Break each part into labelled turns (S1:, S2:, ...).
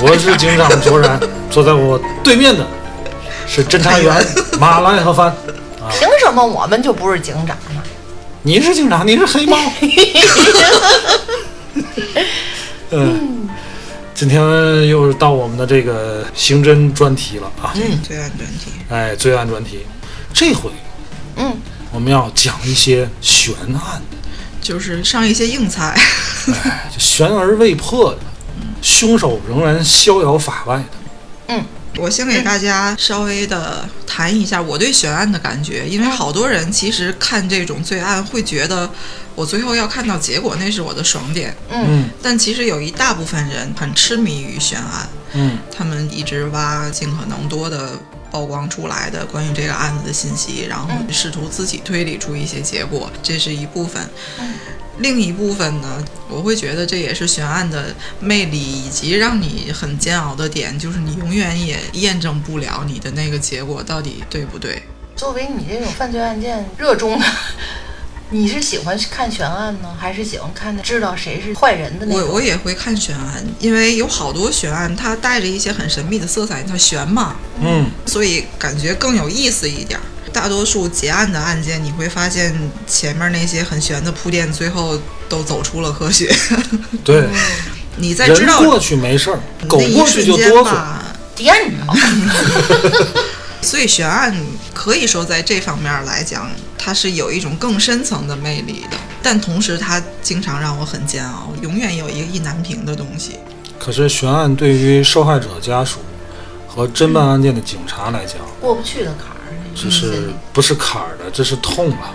S1: 我是警长卓然，坐在我对面的是侦查员马来和帆。
S2: 凭什么我们就不是警长啊呢？
S1: 你是警察，你是黑猫。嗯，今天又是到我们的这个刑侦专题了啊！
S3: 嗯
S4: 对案专题，
S1: 哎，罪案专题，这回，
S2: 嗯，
S1: 我们要讲一些悬案，
S4: 就是上一些硬菜，
S1: 哎，就悬而未破的，凶手仍然逍遥法外的。
S4: 我先给大家稍微的谈一下我对悬案的感觉，因为好多人其实看这种罪案会觉得我最后要看到结果，那是我的爽点。
S1: 嗯
S4: 但其实有一大部分人很痴迷于悬案，
S1: 嗯
S4: 他们一直挖尽可能多的曝光出来的关于这个案子的信息，然后试图自己推理出一些结果，这是一部分。另一部分呢，我会觉得这也是悬案的魅力，以及让你很煎熬的点，就是你永远也验证不了你的那个结果到底对不对。
S2: 作为你这种犯罪案件热衷的， 你是喜欢看悬案呢，还是喜欢看知道谁是坏人的那
S4: 我
S2: 种？
S4: 我也会看悬案，因为有好多悬案它带着一些很神秘的色彩，它悬嘛，
S1: 嗯
S4: 所以感觉更有意思一点儿。大多数结案的案件，你会发现前面那些很悬的铺垫，最后都走出了科学。
S1: 嗯对，
S4: 你在知
S1: 人
S4: 道
S1: 过去没事儿，
S4: 那
S1: 狗
S4: 一
S1: 过去就
S4: 瞬间
S1: 哆嗦。
S4: 吧。
S2: 颠着，
S4: 所以悬案可以说在这方面来讲，它是有一种更深层的魅力的，但同时它经常让我很煎熬，永远有一个意难平的东西。
S1: 可是悬案对于受害者家属和侦办案件的警察来讲，
S2: 过不去的坎儿。
S1: 这
S4: 嗯
S1: 是不是坎儿的，这是痛啊！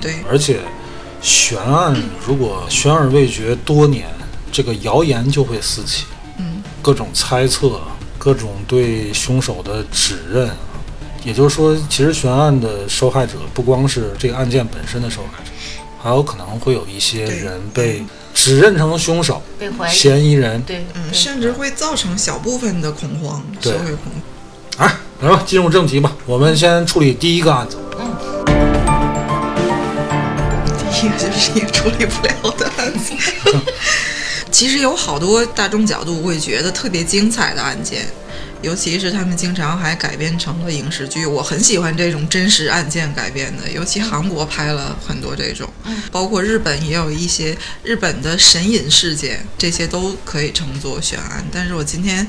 S4: 对，
S1: 而且，悬案如果悬而未决多年，这个谣言就会四起，
S4: 嗯，
S1: 各种猜测，各种对凶手的指认。啊也就是说，其实悬案的受害者不光是这个案件本身的受害者，还有可能会有一些
S4: 对
S1: 人被指认成凶手、
S2: 被怀疑，
S1: 嫌疑人。
S2: 对，
S4: 嗯，
S2: 对
S4: 甚至会造成小部分的恐慌，
S1: 对
S4: 社会恐慌。
S1: 哎，来吧，进入正题吧。我们先处理第一个案子。
S4: 第一个就是也处理不了的案子。 其实有好多大众角度会觉得特别精彩的案件，尤其是他们经常还改编成了影视剧。我很喜欢这种真实案件改编的，尤其韩国拍了很多这种，
S1: 嗯
S4: 包括日本也有一些日本的神隐事件，这些都可以称作悬案。但是我今天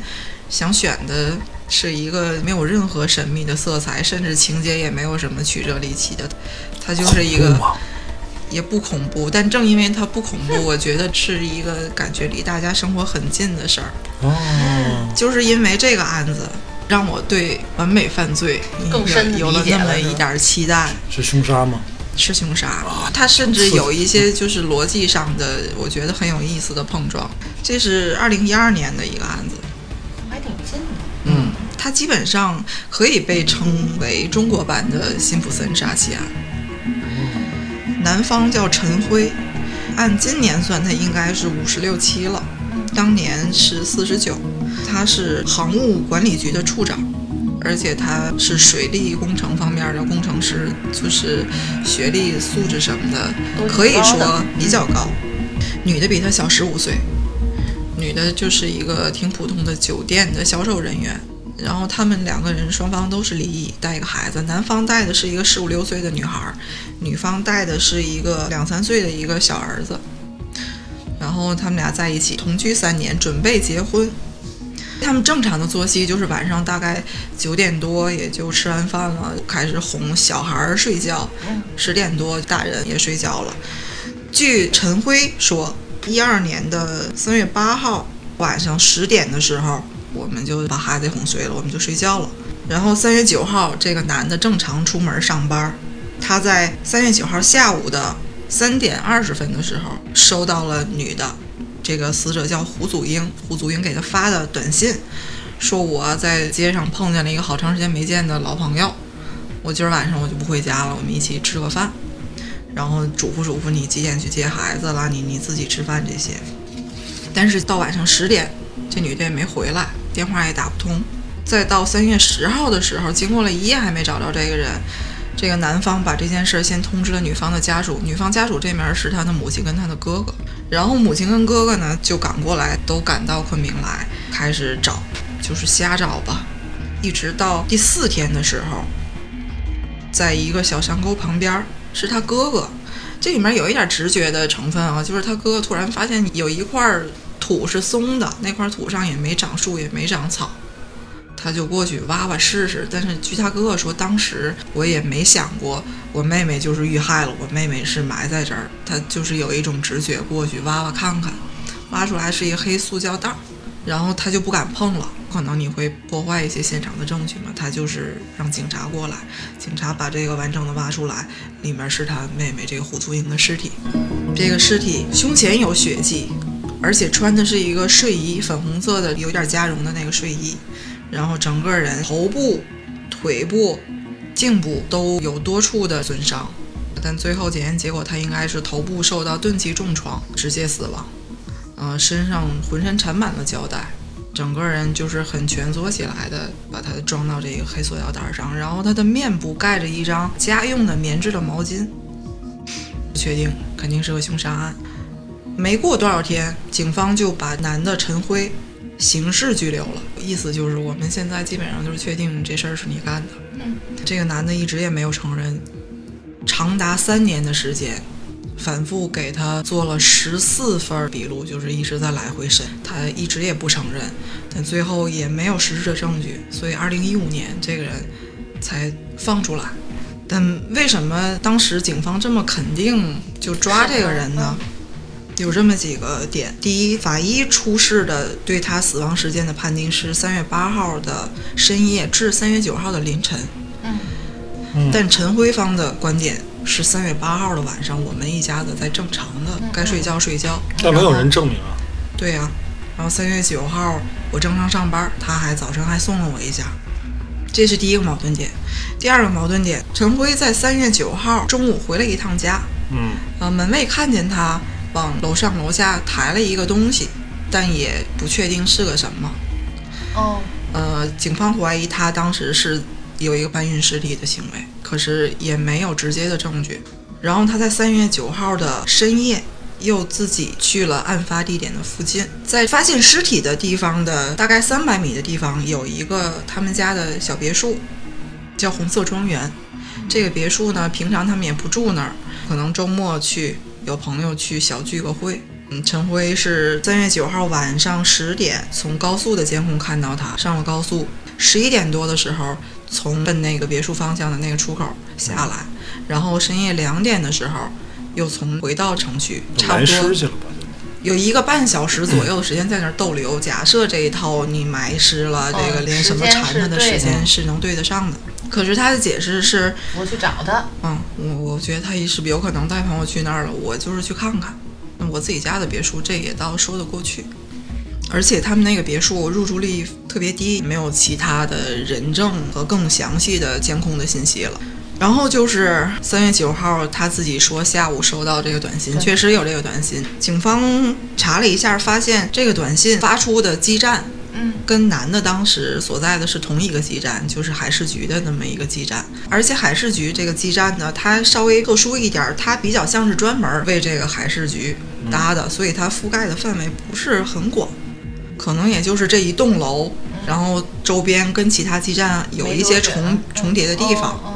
S4: 想选的。是一个没有任何神秘的色彩，甚至情节也没有什么曲折离奇的，它就是一个
S1: 恐怖吗
S4: 也不恐怖，但正因为它不恐怖，我觉得是一个感觉离大家生活很近的事儿。
S1: 哦，
S4: 就是因为这个案子，让我对完美犯罪
S2: 更深地
S4: 有了
S2: 理解
S4: 那
S2: 了
S4: 么
S2: 是吧
S4: 一点儿期待。
S1: 是凶杀吗？
S4: 是凶杀，它甚至有一些就是逻辑上的，我觉得很有意思的碰撞。这是二零一二年的一个案子，
S2: 还挺近的。
S4: 嗯，它基本上可以被称为中国版的辛普森杀妻案。
S2: 嗯
S4: 男方叫陈辉，按今年算，他应该是五十六七了，当年是四十九。他是航务管理局的处长，而且他是水利工程方面的工程师，就是学历、素质什么的
S2: 都，挺
S4: 可以
S2: 高
S4: 说
S2: 的
S4: 比较高。女的比他小十五岁，女的就是一个挺普通的酒店的销售人员。然后他们两个人双方都是离异，带一个孩子。男方带的是一个十五六岁的女孩儿，女方带的是一个两三岁的一个小儿子。然后他们俩在一起同居三年，准备结婚。他们正常的作息就是晚上大概九点多也就吃完饭了，开始哄小孩儿睡觉，十点多大人也睡觉了。据陈辉说，一二年的三月八号晚上十点的时候，我们就把孩子哄睡了，我们就睡觉了。然后三月九号，这个男的正常出门上班，他在三月九号下午的三点二十分的时候收到了女的这个死者叫胡祖英，胡祖英给他发的短信，说我在街上碰见了一个好长时间没见的老朋友，我今儿晚上我就不回家了，我们一起吃个饭，然后嘱咐嘱咐你几点去接孩子啦，你你自己吃饭这些。但是到晚上十点，这女的也没回来，电话也打不通。再到三月十号的时候，经过了一夜还没找着这个人，这个男方把这件事儿先通知了女方的家属，女方家属这面是他的母亲跟他的哥哥，然后母亲跟哥哥呢就赶过来，都赶到昆明来，开始找，就是瞎找吧，一直到第四天的时候，在一个小山沟旁边儿是他哥哥，这里面有一点直觉的成分啊，就是他哥哥突然发现有一块儿土是松的，那块土上也没长树，也没长草，他就过去挖挖试试。但是据他哥哥说，当时我也没想过我妹妹就是遇害了，我妹妹是埋在这儿，他就是有一种直觉过去挖挖看看，挖出来是一个黑塑胶袋儿，然后他就不敢碰了。可能你会破坏一些现场的证据嘛，他就是让警察过来，警察把这个完整的挖出来，里面是他妹妹这个胡足英的尸体。这个尸体胸前有血迹，而且穿的是一个睡衣，粉红色的，有点加绒的那个睡衣。然后整个人头部、腿部、颈部都有多处的损伤，但最后检验结果，他应该是头部受到钝器重创，直接死亡。呃，身上浑身缠满了胶带，整个人就是很蜷缩起来的，把它装到这个黑塑料袋上，然后他的面部盖着一张家用的棉质的毛巾。确定肯定是个凶杀案。没过多少天，警方就把男的陈辉刑事拘留了，意思就是我们现在基本上就是确定这事儿是你干的。
S2: 嗯，
S4: 这个男的一直也没有承认，长达三年的时间，反复给他做了十四份笔录，就是一直在来回审，他一直也不承认，但最后也没有实质的证据，所以二零一五年这个人才放出来。但为什么当时警方这么肯定就抓这个人呢？有这么几个点：第一，法医出示的对他死亡时间的判定是三月八号的深夜至三月九号的凌晨，
S2: 嗯，
S1: 嗯
S4: 但陈辉方的观点是三月八号的晚上，我们一家子在正常的该睡觉睡觉。
S1: 但没有人证明啊。
S4: 对呀、然后三月九号我正常上班，他还早晨还送了我一下，这是第一个矛盾点。第二个矛盾点，陈辉在三月九号中午回了一趟家，
S1: 嗯，
S4: 呃，门卫看见他往楼上楼下抬了一个东西，但也不确定是个什么。
S2: 哦，
S4: 呃，警方怀疑他当时是有一个搬运尸体的行为，可是也没有直接的证据。然后他在三月九号的深夜又自己去了案发地点的附近，在发现尸体的地方的大概三百米的地方有一个他们家的小别墅，叫红色庄园。这个别墅呢，平常他们也不住那儿，可能周末去，有朋友去小聚个会。嗯，陈辉是三月九号晚上十点从高速的监控看到他上了高速，十一点多的时候从奔那个别墅方向的那个出口下来，然后深夜两点的时候又从回到城区，差
S1: 埋
S4: 不多
S1: 尸去了吧？就
S4: 有一个半小时左右的时间在那儿逗留。假设这一套你埋尸了，这个连什么缠他的时间是能对得上的。可是他的解释是，
S2: 我去找他，
S4: 嗯，我我觉得他一是有可能带朋友去那儿了，我就是去看看。那我自己家的别墅，这也倒说得过去。而且他们那个别墅入住率特别低，没有其他的人证和更详细的监控的信息了。然后就是三月九号，他自己说下午收到这个短信，
S2: 对
S4: 确实有这个短信。警方查了一下，发现这个短信发出的基站
S2: 嗯，
S4: 跟男的当时所在的是同一个基站，就是海事局的那么一个基站。而且海事局这个基站呢，它稍微特殊一点儿，它比较像是专门为这个海事局搭
S2: 嗯
S4: 的，所以它覆盖的范围不是很广，可能也就是这一栋楼，然后周边跟其他基站有一些
S2: 嗯
S4: 重重叠的地方。
S2: 哦，哦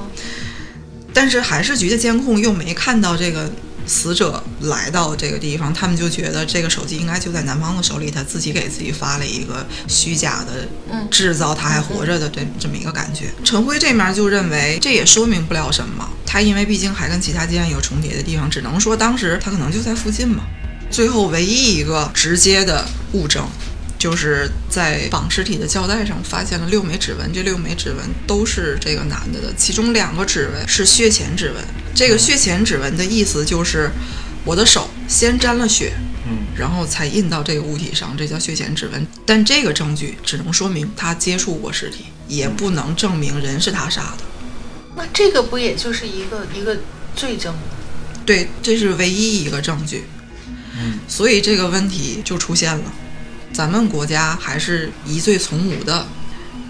S4: 但是海事局的监控又没看到这个死者来到这个地方，他们就觉得这个手机应该就在男方的手里，他自己给自己发了一个虚假的
S2: 嗯
S4: 制造他还活着的这这么一个感觉。陈辉这面就认为这也说明不了什么，他因为毕竟还跟其他街案有重叠的地方，只能说当时他可能就在附近嘛。最后唯一一个直接的物证，就是在绑尸体的胶带上发现了六枚指纹，这六枚指纹都是这个
S2: 嗯
S4: 男的的，其中两个指纹是血前指纹。这个血前指纹的意思就是，我的手先沾了血，
S1: 嗯，
S4: 然后才印到这个物体上，这叫血检指纹。但这个证据只能说明他接触过尸体，也不能证明人是他杀的。
S2: 那这个不也就是一个一个罪证吗？
S4: 对，这是唯一一个证据。
S1: 嗯，
S4: 所以这个问题就出现了。咱们国家还是疑罪从无的，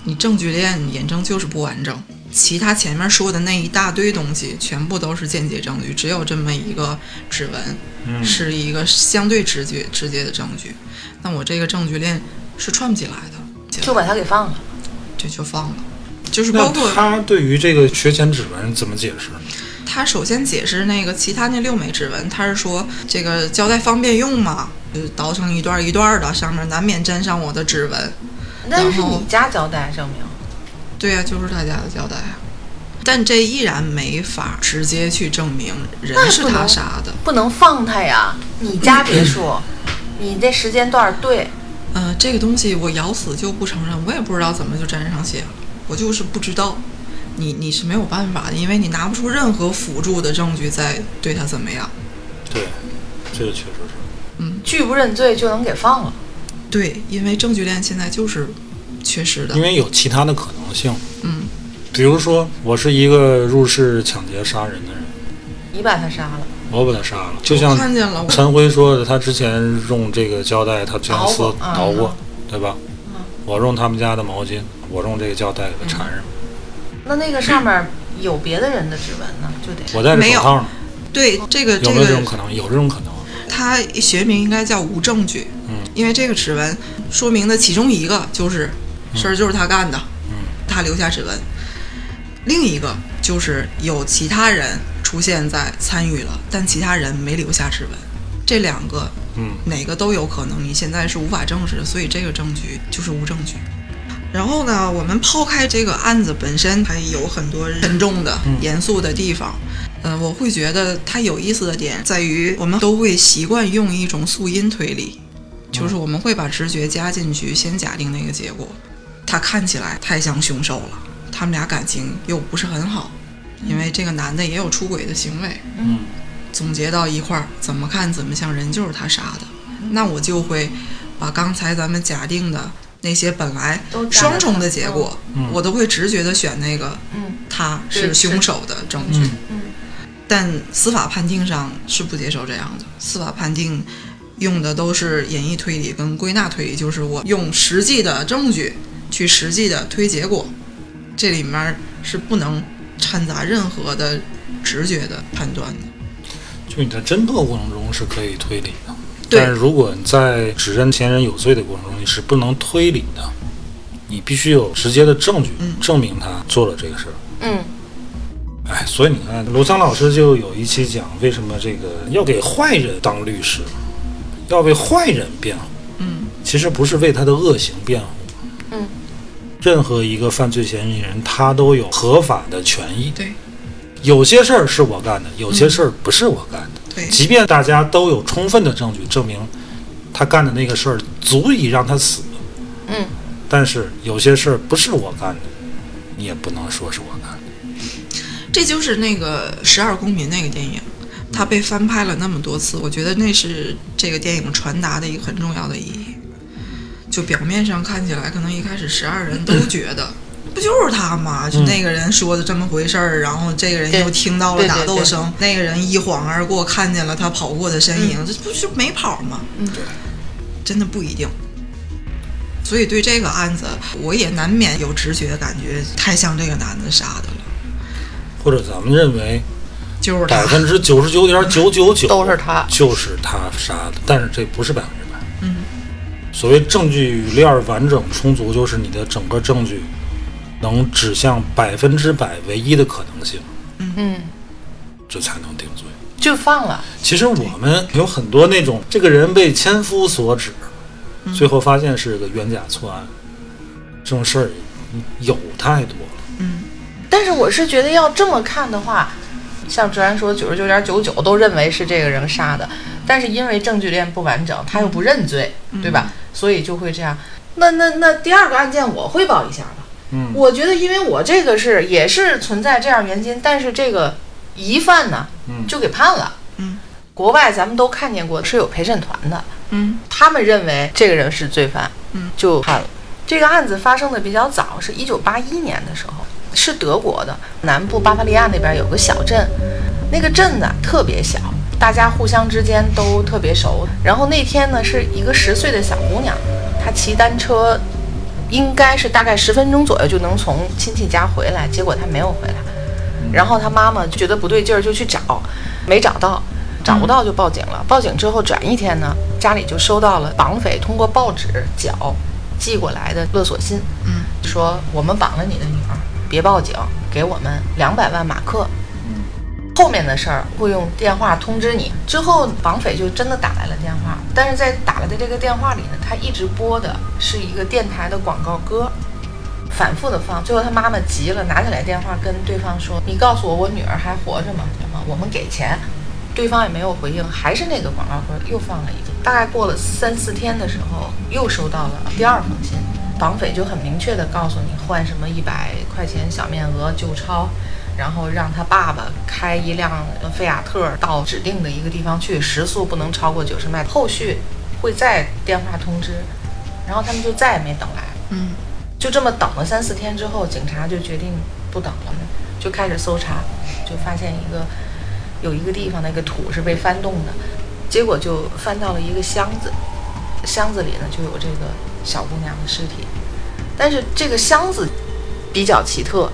S4: 你证据链验证就是不完整。其他前面说的那一大堆东西，全部都是间接证据，只有这么一个指纹，
S1: 嗯
S4: 是一个相对直接直接的证据。那我这个证据链是串不起来的，
S2: 就把他给放了。
S4: 这就放了，就是包
S1: 那
S4: 括
S1: 他对于这个血检指纹怎么解释呢？
S4: 他首先解释那个其他那六枚指纹，他是说这个胶带方便用嘛，就倒成一段儿一段儿的，上面难免沾上我的指纹。
S2: 那是
S4: 然后
S2: 你家交代证明，
S4: 对呀、就是他家的胶带啊。但这依然没法直接去证明人是他杀的。
S2: 不能放他呀！你家别墅，你这时间段儿对，
S4: 呃，这个东西我咬死就不承认，我也不知道怎么就沾上血了，我就是不知道。你你是没有办法的，因为你拿不出任何辅助的证据在对他怎么样。
S1: 对，这个确实是。
S2: 拒不认罪就能给放了。
S4: 对，因为证据链现在就是缺失的
S1: 因。为有其他的可能性。
S4: 嗯，
S1: 比如说我是一个入室抢劫杀人的人，
S2: 你把他杀了，
S1: 我把他杀了，就
S4: 我
S1: 像
S4: 看见了，我
S1: 陈辉说的，他之前用这个胶带，他这样撕
S2: 捣过啊
S1: 捣过，
S4: 嗯
S1: 对吧？我用他们家的毛巾，我用这个胶带给他缠上，
S4: 嗯
S2: 那那个上面有别的人的指纹呢，就得
S1: 我戴着
S4: 没
S1: 手
S4: 有
S1: 套呢，
S4: 对这个
S1: 有
S4: 这
S1: 没有这种
S4: 个，
S1: 可能？有这种可能。啊
S4: 它学名应该叫无证据，
S1: 嗯
S4: 因为这个指纹说明的其中一个就是事儿就是他干的，
S1: 嗯
S4: 他留下指纹，另一个就是有其他人出现在参与了，但其他人没留下指纹，这两个
S1: 嗯，
S4: 哪个都有可能，你现在是无法证实的，所以这个证据就是无证据。然后呢，我们抛开这个案子本身，还有很多沉重的、
S1: 嗯
S4: 严肃的地方。呃，我会觉得它有意思的点在于，我们都会习惯用一种素因推理，
S1: 嗯
S4: 就是我们会把直觉加进去，先假定那个结果。他看起来太像凶手了，他们俩感情又不是很好，因为这个男的也有出轨的行为。
S1: 嗯，
S4: 总结到一块儿，怎么看怎么像人就是他杀的。那我就会把刚才咱们假定的那些本来
S2: 都加
S4: 双重
S2: 上
S4: 的结果，我都会直觉的选那个
S2: 嗯
S4: 他
S2: 对
S4: 是
S2: 是
S4: 凶手的证据。
S2: 嗯
S4: 但司法判定上是不接受这样的，司法判定用的都是演绎推理跟归纳推理，就是我用实际的证据去实际的推结果，这里面是不能掺杂任何的直觉的判断的。
S1: 就你在侦破过程中是可以推理的，
S4: 对
S1: 但是如果你在指认前人有罪的过程中，你是不能推理的，你必须有直接的证据
S4: 嗯
S1: 证明他做了这个事儿。
S2: 嗯，
S1: 哎，所以你看，罗翔老师就有一期讲为什么这个要给坏人当律师，要为坏人辩护。
S4: 嗯，
S1: 其实不是为他的恶行辩护。
S2: 嗯，
S1: 任何一个犯罪嫌疑人，他都有合法的权益。
S4: 对
S1: 有些事儿是我干的，有些事儿不是我干的。
S4: 对，
S1: 即便大家都有充分的证据证明他干的那个事儿足以让他死，
S2: 嗯，
S1: 但是有些事儿不是我干的，你也不能说是我干的。
S4: 这就是那个《十二公民》那个电影，它被翻拍了那么多次，我觉得那是这个电影传达的一个很重要的意义。就表面上看起来，可能一开始十二人都觉得。 不就是他
S2: 嗯
S4: 吗？就那个人说的这么回事儿，然后这个人
S2: 对
S4: 又听到了
S2: 对对
S4: 打斗
S2: 对
S4: 声，那个人一晃而过，看见了他跑过的身影，
S2: 嗯
S4: 这不就没跑吗？
S1: 对，
S4: 真的不一定。所以对这个案子，我也难免有直觉感觉，太像这个男的杀的了，
S1: 或者咱们认为
S4: 就是他。
S1: 百分之九十九点九九九
S2: 都是他
S1: 就是他杀的，但是这不是百分之百。
S4: 嗯，
S1: 所谓证据链儿完整充足，就是你的整个证据能指向百分之百唯一的可能性，
S2: 嗯，
S1: 这才能定罪。
S2: 就放了。
S1: 其实我们有很多那种这个人被千夫所指，最后发现是个冤假错案，这种事儿有太多了。
S2: 但是我是觉得要这么看的话，像哲然说九十九点九九都认为是这个人杀的，但是因为证据链不完整，他又不认罪，
S1: 嗯
S2: 对吧？所以就会这样。那那那第二个案件我汇报一下吧。
S1: 嗯
S2: 我觉得因为我这个是也是存在这样原因，但是这个疑犯呢，
S1: 嗯
S2: 就给判了。
S4: 嗯，
S2: 国外咱们都看见过是有陪审团的，
S4: 嗯
S2: 他们认为这个人是罪犯，
S4: 嗯，
S2: 就判了。这个案子发生的比较早，是一九八一年的时候，是德国的南部巴伐利亚那边有个小镇，那个镇呢特别小，大家互相之间都特别熟。然后那天呢是一个十岁的小姑娘，她骑单车，应该是大概十分钟左右就能从亲戚家回来，结果她没有回来。然后她妈妈觉得不对劲儿，就去找，没找到，找不到就报警了。报警之后转一天呢，家里就收到了绑匪通过报纸角寄过来的勒索信，
S4: 嗯，
S2: 说我们绑了你的女儿，别报警，给我们两百万马克。后面的事儿会用电话通知你。之后绑匪就真的打来了电话，但是在打来的这个电话里呢，他一直播的是一个电台的广告歌，反复的放。最后他妈妈急了，拿起来电话跟对方说：“你告诉我，我女儿还活着吗？什么？我们给钱。”对方也没有回应，还是那个广告歌又放了一个。大概过了三四天的时候，又收到了第二封信，绑匪就很明确的告诉你换什么一百块钱小面额旧钞，然后让他爸爸开一辆菲亚特到指定的一个地方去，时速不能超过九十迈。后续会再电话通知，然后他们就再也没等来。
S4: 嗯
S2: 就这么等了三四天之后，警察就决定不等了，就开始搜查，就发现一个有一个地方那个土是被翻动的，结果就翻到了一个箱子，箱子里呢就有这个小姑娘的尸体，但是这个箱子比较奇特，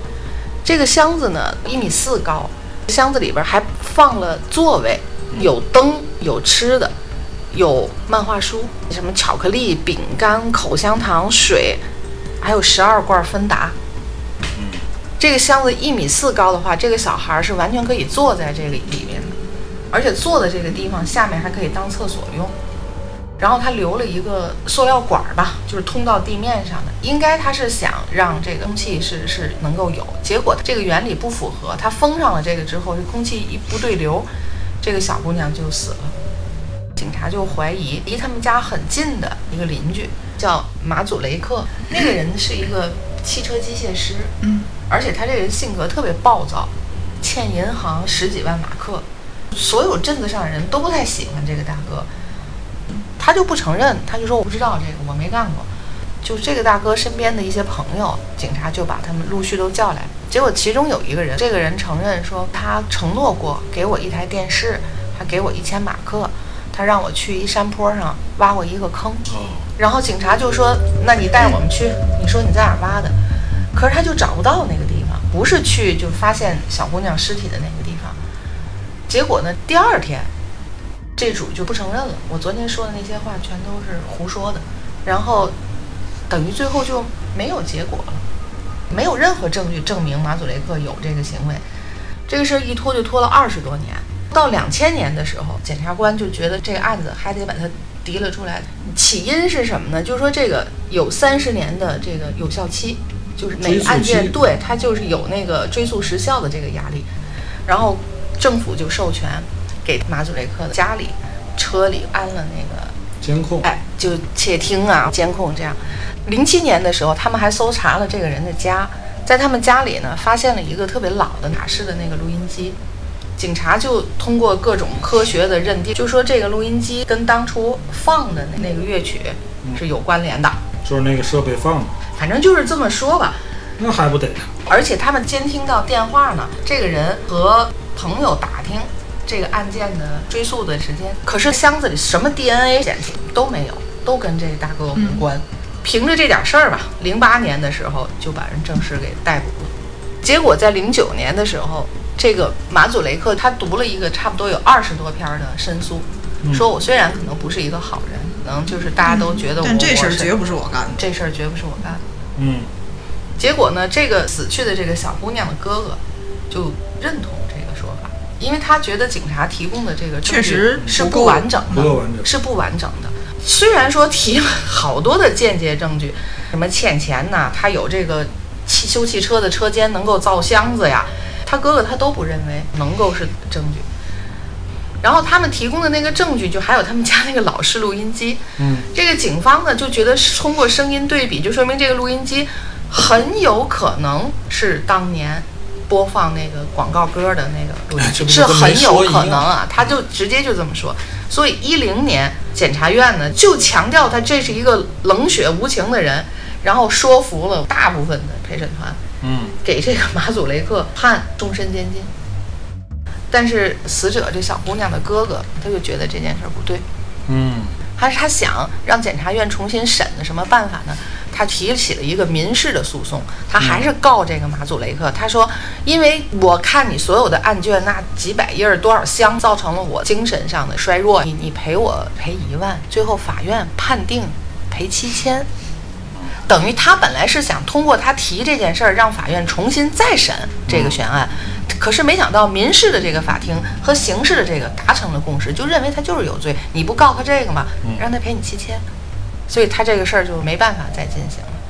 S2: 这个箱子呢一米四高，箱子里边还放了座位，有灯，有吃的，有漫画书，什么巧克力、饼干、口香糖、水，还有十二罐芬达。这个箱子一米四高的话，这个小孩儿是完全可以坐在这个里面的，而且坐的这个地方下面还可以当厕所用。然后他留了一个塑料管儿吧，就是通到地面上的。应该他是想让这个空气是是能够有，结果这个原理不符合，他封上了这个之后，这空气一不对流，这个小姑娘就死了。警察就怀疑离他们家很近的一个邻居叫马祖雷克，那个人是一个汽车机械师，
S4: 嗯，
S2: 而且他这人性格特别暴躁，欠银行十几万马克，所有镇子上的人都不太喜欢这个大哥，他就不承认，他就说我不知道这个，我没干过。就这个大哥身边的一些朋友，警察就把他们陆续都叫来。结果其中有一个人，这个人承认说他承诺过给我一台电视，还给我一千马克，他让我去一山坡上挖过一个坑。
S1: 哦，
S2: 然后警察就说：“那你带我们去。”你说你在哪儿挖的？可是他就找不到那个地方，不是去就发现小姑娘尸体的那个地方。结果呢，第二天，这主就不承认了，我昨天说的那些话全都是胡说的，然后等于最后就没有结果了，没有任何证据证明马祖雷克有这个行为。这个事儿一拖就拖了二十多年，到两千年的时候，检察官就觉得这个案子还得把它提了出来。起因是什么呢？就是说这个有三十年的这个有效期，就是
S1: 追
S2: 每个
S1: 溯
S2: 案件
S1: 期
S2: 对它就是有那个追诉时效的这个压力。然后政府就授权给马祖雷克的家里、车里安了那个
S1: 监控
S2: 哎，就窃听啊、监控这样。零七年的时候，他们还搜查了这个人的家，在他们家里呢，发现了一个特别老的卡式的那个录音机。警察就通过各种科学的认定，就说这个录音机跟当初放的那那个乐曲是有关联的，
S1: 就是那个设备放的，
S2: 反正就是这么说吧。
S1: 那还不得？
S2: 而且他们监听到电话呢，这个人和朋友打听这个案件的追溯的时间，可是箱子里什么 DNA 检测都没有，都跟这大哥无关。
S4: 嗯
S2: 凭着这点事儿吧，零八年的时候就把人正式给逮捕了。结果在零九年的时候，这个马祖雷克他读了一个差不多有二十多篇儿的申诉，
S1: 嗯
S2: 说我虽然可能不是一个好人，可能就是大家都觉得
S4: 嗯
S2: 我、
S4: 但这事
S2: 我
S4: 儿
S2: 是
S4: 绝不是我干的。
S2: 这事儿绝不是我干的。
S1: 嗯，
S2: 结果呢，这个死去的这个小姑娘的哥哥就认同这个说法，因为他觉得警察提供的这个证据
S4: 确实
S2: 是
S4: 不
S2: 不
S4: 够
S2: 完整的，
S1: 不够完整
S2: 是不完整的。虽然说提了好多的间接证据，什么欠钱呐、他有这个汽修汽车的车间能够造箱子呀，他哥哥他都不认为能够是证据。然后他们提供的那个证据，就还有他们家那个老式录音机，
S1: 嗯，
S2: 这个警方呢就觉得是通过声音对比，就说明这个录音机很有可能是当年播放那个广告歌的那个录音
S1: 哎这，不
S2: 是
S1: 就跟没
S2: 很有
S1: 说一
S2: 可
S1: 样
S2: 能啊，他就直接就这么说。所以一零年检察院呢就强调他这是一个冷血无情的人，然后说服了大部分的陪审团，
S1: 嗯，
S2: 给这个马祖雷克判终身监禁。但是死者这小姑娘的哥哥，他就觉得这件事儿不对，
S1: 嗯，
S2: 还是他想让检察院重新审的什么办法呢？他提起了一个民事的诉讼，他还是告这个马祖雷克。他说，因为我看你所有的案卷那几百页儿多少箱，造成了我精神上的衰弱，你你赔我赔一万，最后法院判定赔七千。等于他本来是想通过他提这件事儿，让法院重新再审这个悬案，可是没想到民事的这个法庭和刑事的这个达成了共识，就认为他就是有罪，你不告他这个嘛，
S4: 嗯
S2: 让他赔你七千，所以他这个事儿就没办法再进行
S4: 嗯
S2: 了。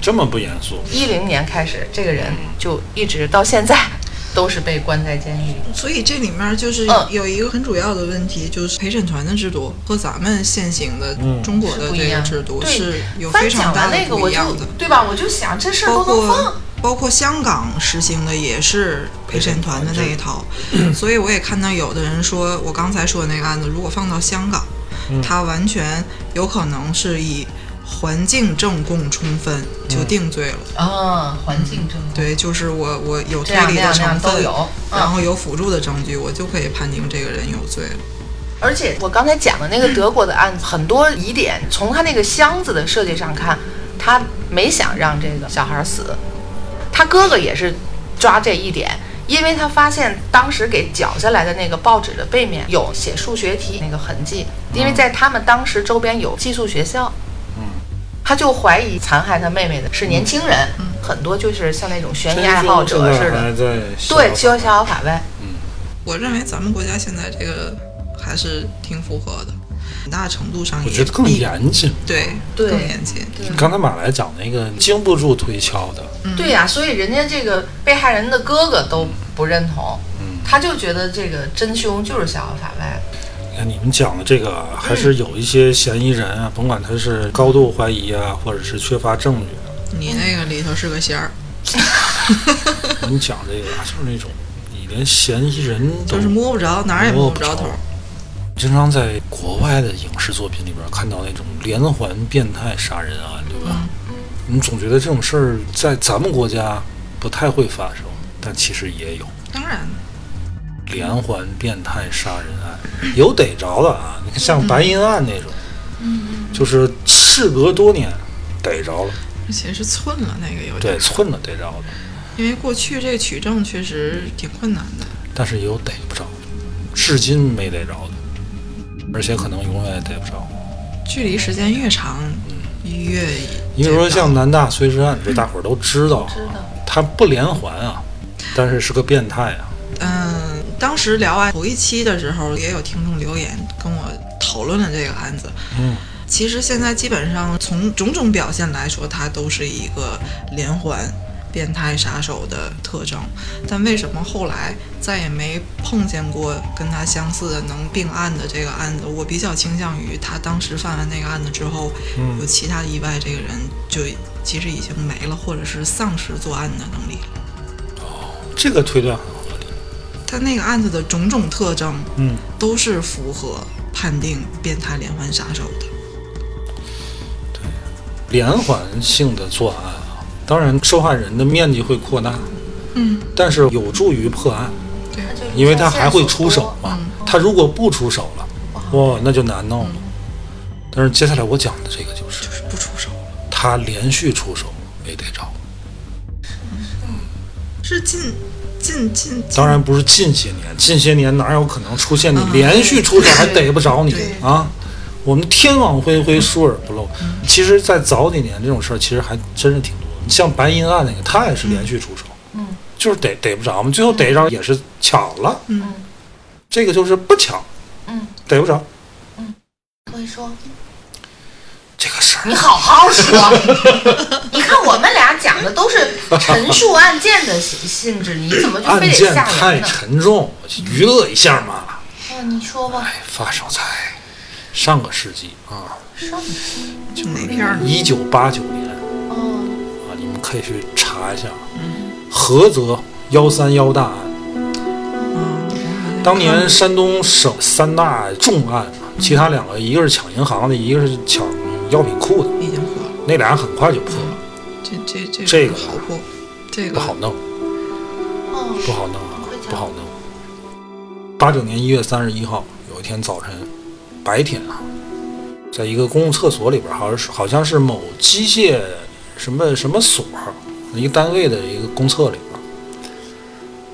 S1: 这么不严肃，
S2: 一零年开始，这个人就一直到现在都是被关在监狱里。
S4: 所以这里面就是
S2: 嗯
S4: 有一个很主要的问题，就是陪审团的制度和咱们现行的
S1: 嗯
S4: 中国的
S2: 不
S4: 呃这
S2: 一
S4: 个
S2: 样
S4: 制度
S2: 对
S4: 是有
S2: 翻
S4: 非常
S2: 讲
S4: 大
S2: 完
S4: 的
S2: 那个，
S4: 不
S2: 我
S4: 一
S2: 就
S4: 样的。
S2: 对吧？我就想这事儿
S4: 包
S2: 都能
S4: 括
S2: 放，
S4: 包括香港实行的也是陪审团的那一套，所以我也看到有的人说，我刚才说的那个案子，如果放到香港，他完全有可能是以环境证供充分就定罪了。
S2: 啊，环境证据
S4: 对，就是我我有
S2: 这
S4: 推
S2: 样
S4: 理
S2: 那
S4: 的
S2: 样那样
S4: 成
S2: 都
S4: 分，
S2: 有，嗯
S4: 然后有辅助的证据，我就可以判定这个人有罪了。
S2: 而且我刚才讲的那个德国的案子，很多疑点从他那个箱子的设计上看，他没想让这个小孩死，他哥哥也是抓这一点。因为他发现当时给绞下来的那个报纸的背面有写数学题那个痕迹，因为在他们当时周边有寄宿学校，他就怀疑残害他妹妹的是年轻人，很多就是像那种悬疑爱好者似的，
S1: 的，
S2: 对，逍遥法外，
S4: 我认为咱们国家现在这个还是挺符合的，很大程度上
S1: 我
S4: 也
S1: 觉得更
S4: 避
S1: 严谨。
S4: 对
S2: 对
S4: 更严谨。
S1: 刚才马来讲那个经不住推敲的，
S2: 对呀、所以人家这个被害人的哥哥都不认同，
S1: 嗯
S2: 他就觉得这个真凶就是逍遥法外。
S1: 哎你们讲的这个啊还是有一些嫌疑人啊，甭管他是高度怀疑啊，或者是缺乏证据啊，
S4: 你那个里头是个仙儿，
S1: 我 跟你讲这个啊，就是那种你连嫌疑人都
S4: 就是摸不着，哪儿也摸不着头。
S1: 经常在国外的影视作品里边看到那种连环变态杀人案，对吧？
S2: 嗯
S1: 你总觉得这种事儿在咱们国家不太会发生，但其实也有
S4: 当然，
S1: 连环变态杀人案，有逮着的啊！你看像白银案那种，嗯就是事隔多年逮着了，
S4: 而且是寸了那个有点
S1: 对，
S4: 儿，
S1: 寸了逮着了，
S4: 因为过去这个取证确实挺困难的。
S1: 但是也有逮不着的，至今没逮着的，而且可能永远也逮不着。
S4: 距离时间越长，越
S1: 你比如嗯说像南大碎尸案，这大伙儿都知道啊，他不连环啊，但是是个变态啊。
S4: 嗯，当时聊完头一期的时候，也有听众留言跟我讨论了这个案子。
S1: 嗯，
S4: 其实现在基本上从种种表现来说，它都是一个连环变态杀手的特征。但为什么后来再也没碰见过跟他相似的能并案的这个案子？我比较倾向于他当时犯完那个案子之后，有其他意外，这个人就其实已经没了，或者是丧失作案的能力了。
S1: 这个推断很合理。
S4: 他那个案子的种种特征，
S1: 嗯，
S4: 都是符合判定变态连环杀手的。
S1: 连环性的作案啊，当然受害人的面积会扩大，
S4: 嗯，
S1: 但是有助于破案，
S2: 那就是
S1: 因为他还会出手嘛
S4: 嗯。
S1: 他如果不出手了，哇，那就难弄了。但是接下来我讲的这个就是
S4: 就是不出手，
S1: 他连续出手没逮着，
S4: 是近近近，近
S1: 当然不是近些年，近些年哪有可能出现你连续出手还逮不着你
S4: 对
S1: 啊？我们天网恢恢，疏而不漏。其实，在早几年这种事儿，其实还真是挺多的。像白银案那个，他也是连续出手，嗯，就是逮逮不着嘛，最后逮着也是巧了，
S4: 嗯，
S1: 这个就是不巧，
S2: 嗯，
S1: 逮不着
S2: 所以说，
S1: 这个事儿
S2: 你好好 说。你看我们俩讲的都是陈述案件的性质，你怎么就
S1: 案
S2: 非得
S1: 件
S2: 吓
S1: 太
S2: 人呢？
S1: 沉重，我去娱乐一下嘛。
S2: 哦，你说吧，
S1: 哎，发生在上个世纪啊，
S4: 就哪片儿呢？
S1: 一九八九年。
S2: 哦，
S1: 啊，你们可以去查一下，《菏泽幺三幺大案。
S4: 嗯，
S1: 当年山东省三大重案嘛，其他两个一个是抢银行的，一个是抢药品库的，
S4: 已经破了，
S1: 那俩很快就破了，
S4: 这这这
S1: 这个
S4: 不好破，这
S1: 不
S4: 个
S1: 好弄，
S2: 哦，
S1: 不好弄啊，不好弄。八九年一月三十一号，有一天早晨，白天啊，在一个公共厕所里边，好像是好像是某机械什么什么所儿一个单位的一个公厕里边，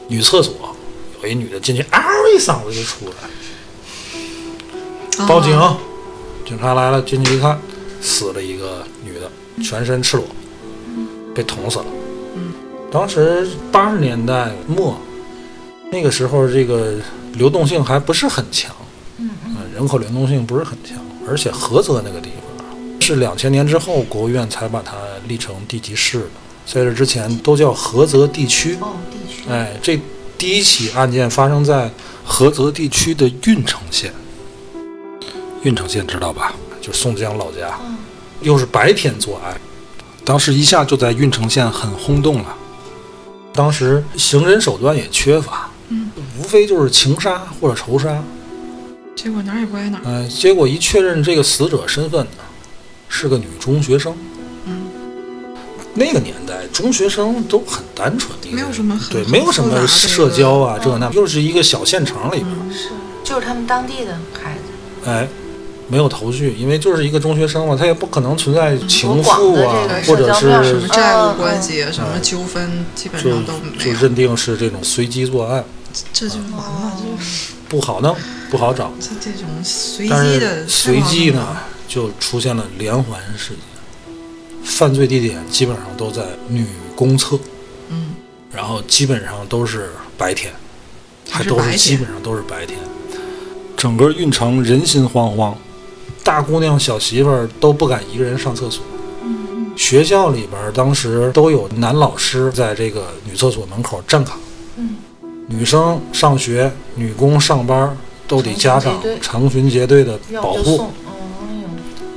S1: 女厕所有一女的进去，嗷一嗓子就出来了。报警
S4: 啊，
S1: 警察来了，进去一看，死了一个女的，全身赤裸，被捅死了。当时八十年代末，那个时候这个流动性还不是很强，嗯、人口流动性不是很强，而且菏泽那个地方是两千年之后国务院才把它立成地级市的，在这之前都叫菏泽地区。
S2: 哦，地区，
S1: 哎，这第一起案件发生在菏泽地区的郓城县。郓城县知道吧？就是宋江老家。
S2: 嗯
S1: 又是白天作案，当时一下就在郓城县很轰动了。当时刑侦手段也缺乏，
S4: 嗯
S1: 无非就是情杀或者仇杀。
S4: 结果哪儿也不挨哪儿，
S1: 嗯、结果一确认这个死者身份呢，是个女中学生。
S4: 嗯，
S1: 那个年代中学生都很单纯，
S4: 没有什么很
S1: 对，没有什
S4: 复杂
S1: 么
S4: 的
S1: 社
S4: 一个嗯
S1: 交啊，这那，又是一个小县城里边，
S2: 是，就是他们当地的孩子，
S4: 嗯
S1: 哎，没有头绪，因为就是一个中学生嘛，他也不可能存在情
S2: 广
S1: 妇
S2: 的
S1: 啊
S2: 这个，
S1: 或
S2: 社
S1: 者
S2: 交
S4: 什
S2: 面
S1: 是
S4: 么债务关
S2: 嗯
S4: 系啊，什么纠纷，基本
S1: 就
S4: 上都没
S1: 就
S4: 有，
S1: 认定是这种随机作案，
S4: 这就完了，就
S1: 不好弄，不好找。
S4: 这这种随
S1: 但
S4: 机
S1: 是
S4: 的
S1: 随机
S4: 的
S1: 呢，就出现了连环事件，犯罪地点基本上都在女公厕，
S4: 嗯，
S1: 然后基本上都是白天，还
S4: 是
S1: 都
S4: 白
S1: 是基
S4: 天
S1: 本上都是白天，整个运城人心惶惶，大姑娘小媳妇儿都不敢一个人上厕所。
S4: 嗯
S1: 学校里边儿当时都有男老师在这个女厕所门口站岗，
S4: 嗯
S1: 女生上学、女工上班儿都得家长成群结队的
S2: 要
S1: 保
S2: 不就
S1: 护
S2: 送，。哦，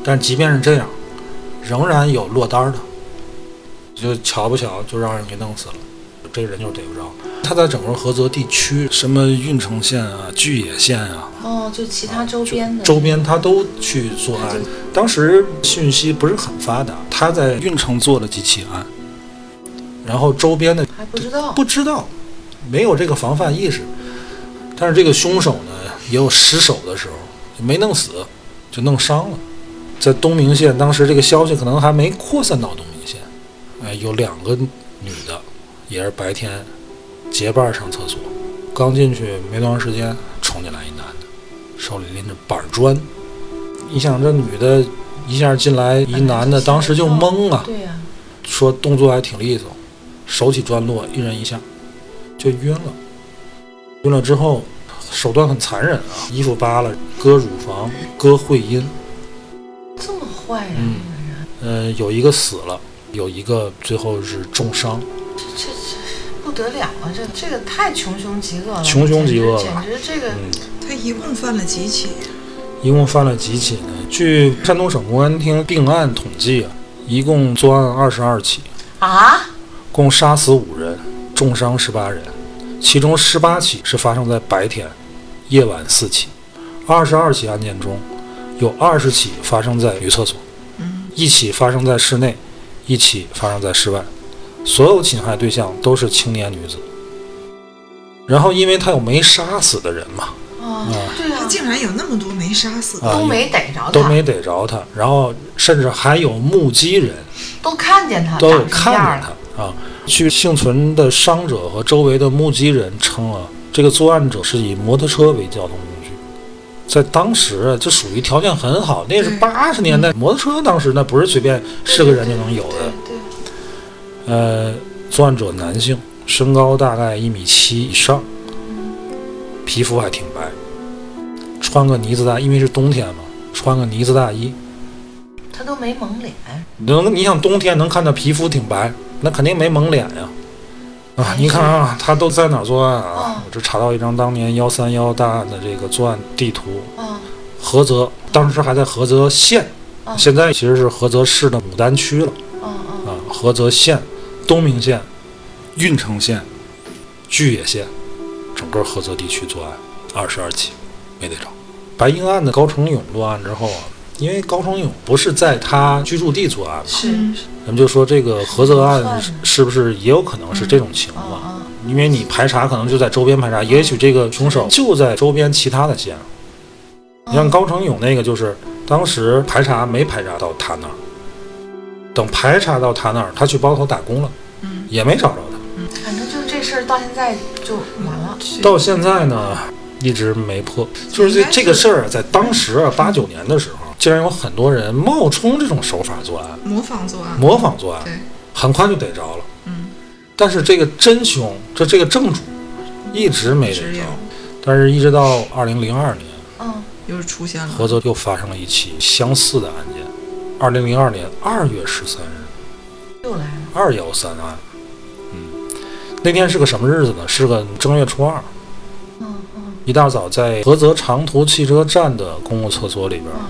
S1: 但即便是这样，仍然有落单儿的，就巧不巧就让人给弄死了，这人就逮不着。他在整个菏泽地区，什么郓城县啊、巨野县啊，
S2: 哎呦，哦，就其他周边的
S1: 周边他都去作案。当时讯息不是很发达，他在郓城做了几起案，然后周边的
S2: 还不知道，
S1: 不知道，没有这个防范意识。但是这个凶手呢，也有失手的时候，就没弄死，就弄伤了。在东明县，当时这个消息可能还没扩散到东明县，哎，有两个女的，也是白天结伴上厕所，刚进去没多长时间，冲进来一男的，手里拎着板砖。你想这女的一下进来，一男的当时就懵啊，
S2: 对呀，
S1: 说动作还挺利索，手起砖落，一人一下，就晕了。晕了之后，手段很残忍啊，衣服扒了，割乳房，割会阴。
S2: 这么坏呀，
S1: 嗯呃，有一个死了，有一个最后是重伤。
S2: 这这这不得了啊，这这个太穷凶极恶了，
S1: 穷凶极恶了
S2: 简直简直这个
S1: 嗯，
S4: 他一共犯了几起？
S1: 一共犯了几起呢？据山东省公安厅定案统计啊，一共作案二十二起，
S2: 啊，
S1: 共杀死五人，重伤十八人，其中十八起是发生在白天，夜晚四起，二十二起案件中，有二十起发生在女厕所，
S2: 嗯
S1: 一起发生在室内，一起发生在室外，所有侵害对象都是青年女子。然后，因为他有没杀死的人嘛，
S2: 啊，对
S4: 他
S2: 呀，
S4: 竟然有那么多没杀死的，
S1: 啊
S2: 都，没逮着他，
S1: 都没逮着他，然后甚至还有目击人，
S2: 都看见他，
S1: 都有
S2: 啊长什
S1: 看
S2: 么样
S1: 见
S2: 了，
S1: 他啊。据幸存的伤者和周围的目击人称啊，这个作案者是以摩托车为交通工具，在当时啊，这属于条件很好，那是
S2: 嗯
S4: 对
S1: 八十年代，摩托车当时那不是随便是个人就能有的。
S2: 对，对
S1: 呃，作案者男性，身高大概一米七以上，皮肤还挺白，穿个呢子大，因为是冬天嘛，穿个呢子大衣，
S2: 他都没蒙脸，
S1: 能你想冬天能看到皮肤挺白，那肯定没蒙脸呀、啊。
S2: 哎
S1: 你看啊，他都在哪儿作案
S2: 嗯
S1: 啊？我这查到一张当年幺三幺大案的这个作案地图，
S2: 啊，
S1: 菏泽当时还在菏泽县，
S2: 嗯
S1: 现在其实是菏泽市的牡丹区了
S2: 啊啊，
S1: 啊。菏泽县、东明县、郓城县、巨野县，整个菏泽地区作案二十二起，没逮着。白银案的高成勇作案之后啊，因为高成勇不是在他居住地作案嘛，
S2: 是
S4: 嗯
S1: 人们就说这个菏泽案是
S2: 嗯
S1: 是不是也有可能是这种情况？
S2: 啊
S1: 因为你排查可能就在周边排查，也许这个凶手就在周边其他的县。你像高成勇那个，就是当时排查没排查到他那儿，等排查到他那儿，他去包头打工了，
S4: 嗯，
S1: 也没找着他。
S2: 反正就这事儿到现在就完了。
S4: 是
S1: 到现在呢，一直没破。就是这
S4: 应该是
S1: 这个事儿啊，在当时啊，八九年的时候，竟然有很多人冒充这种手法作案，
S4: 模仿作案，
S1: 模仿作案
S4: 对，
S1: 很快就逮着了。
S4: 嗯，
S1: 但是这个真凶，这这个正主，一直没逮
S4: 职
S1: 着
S4: 业。
S1: 但是，一直到二零零二年，
S2: 嗯，
S4: 又是出现了，
S1: 菏泽又发生了一起相似的案件。二零零二年二月十三日，
S2: 又来了。
S1: 二幺三案。嗯，那天是个什么日子呢？是个正月初二。
S2: 嗯嗯
S1: 一大早，在菏泽长途汽车站的公共厕所里边，
S2: 嗯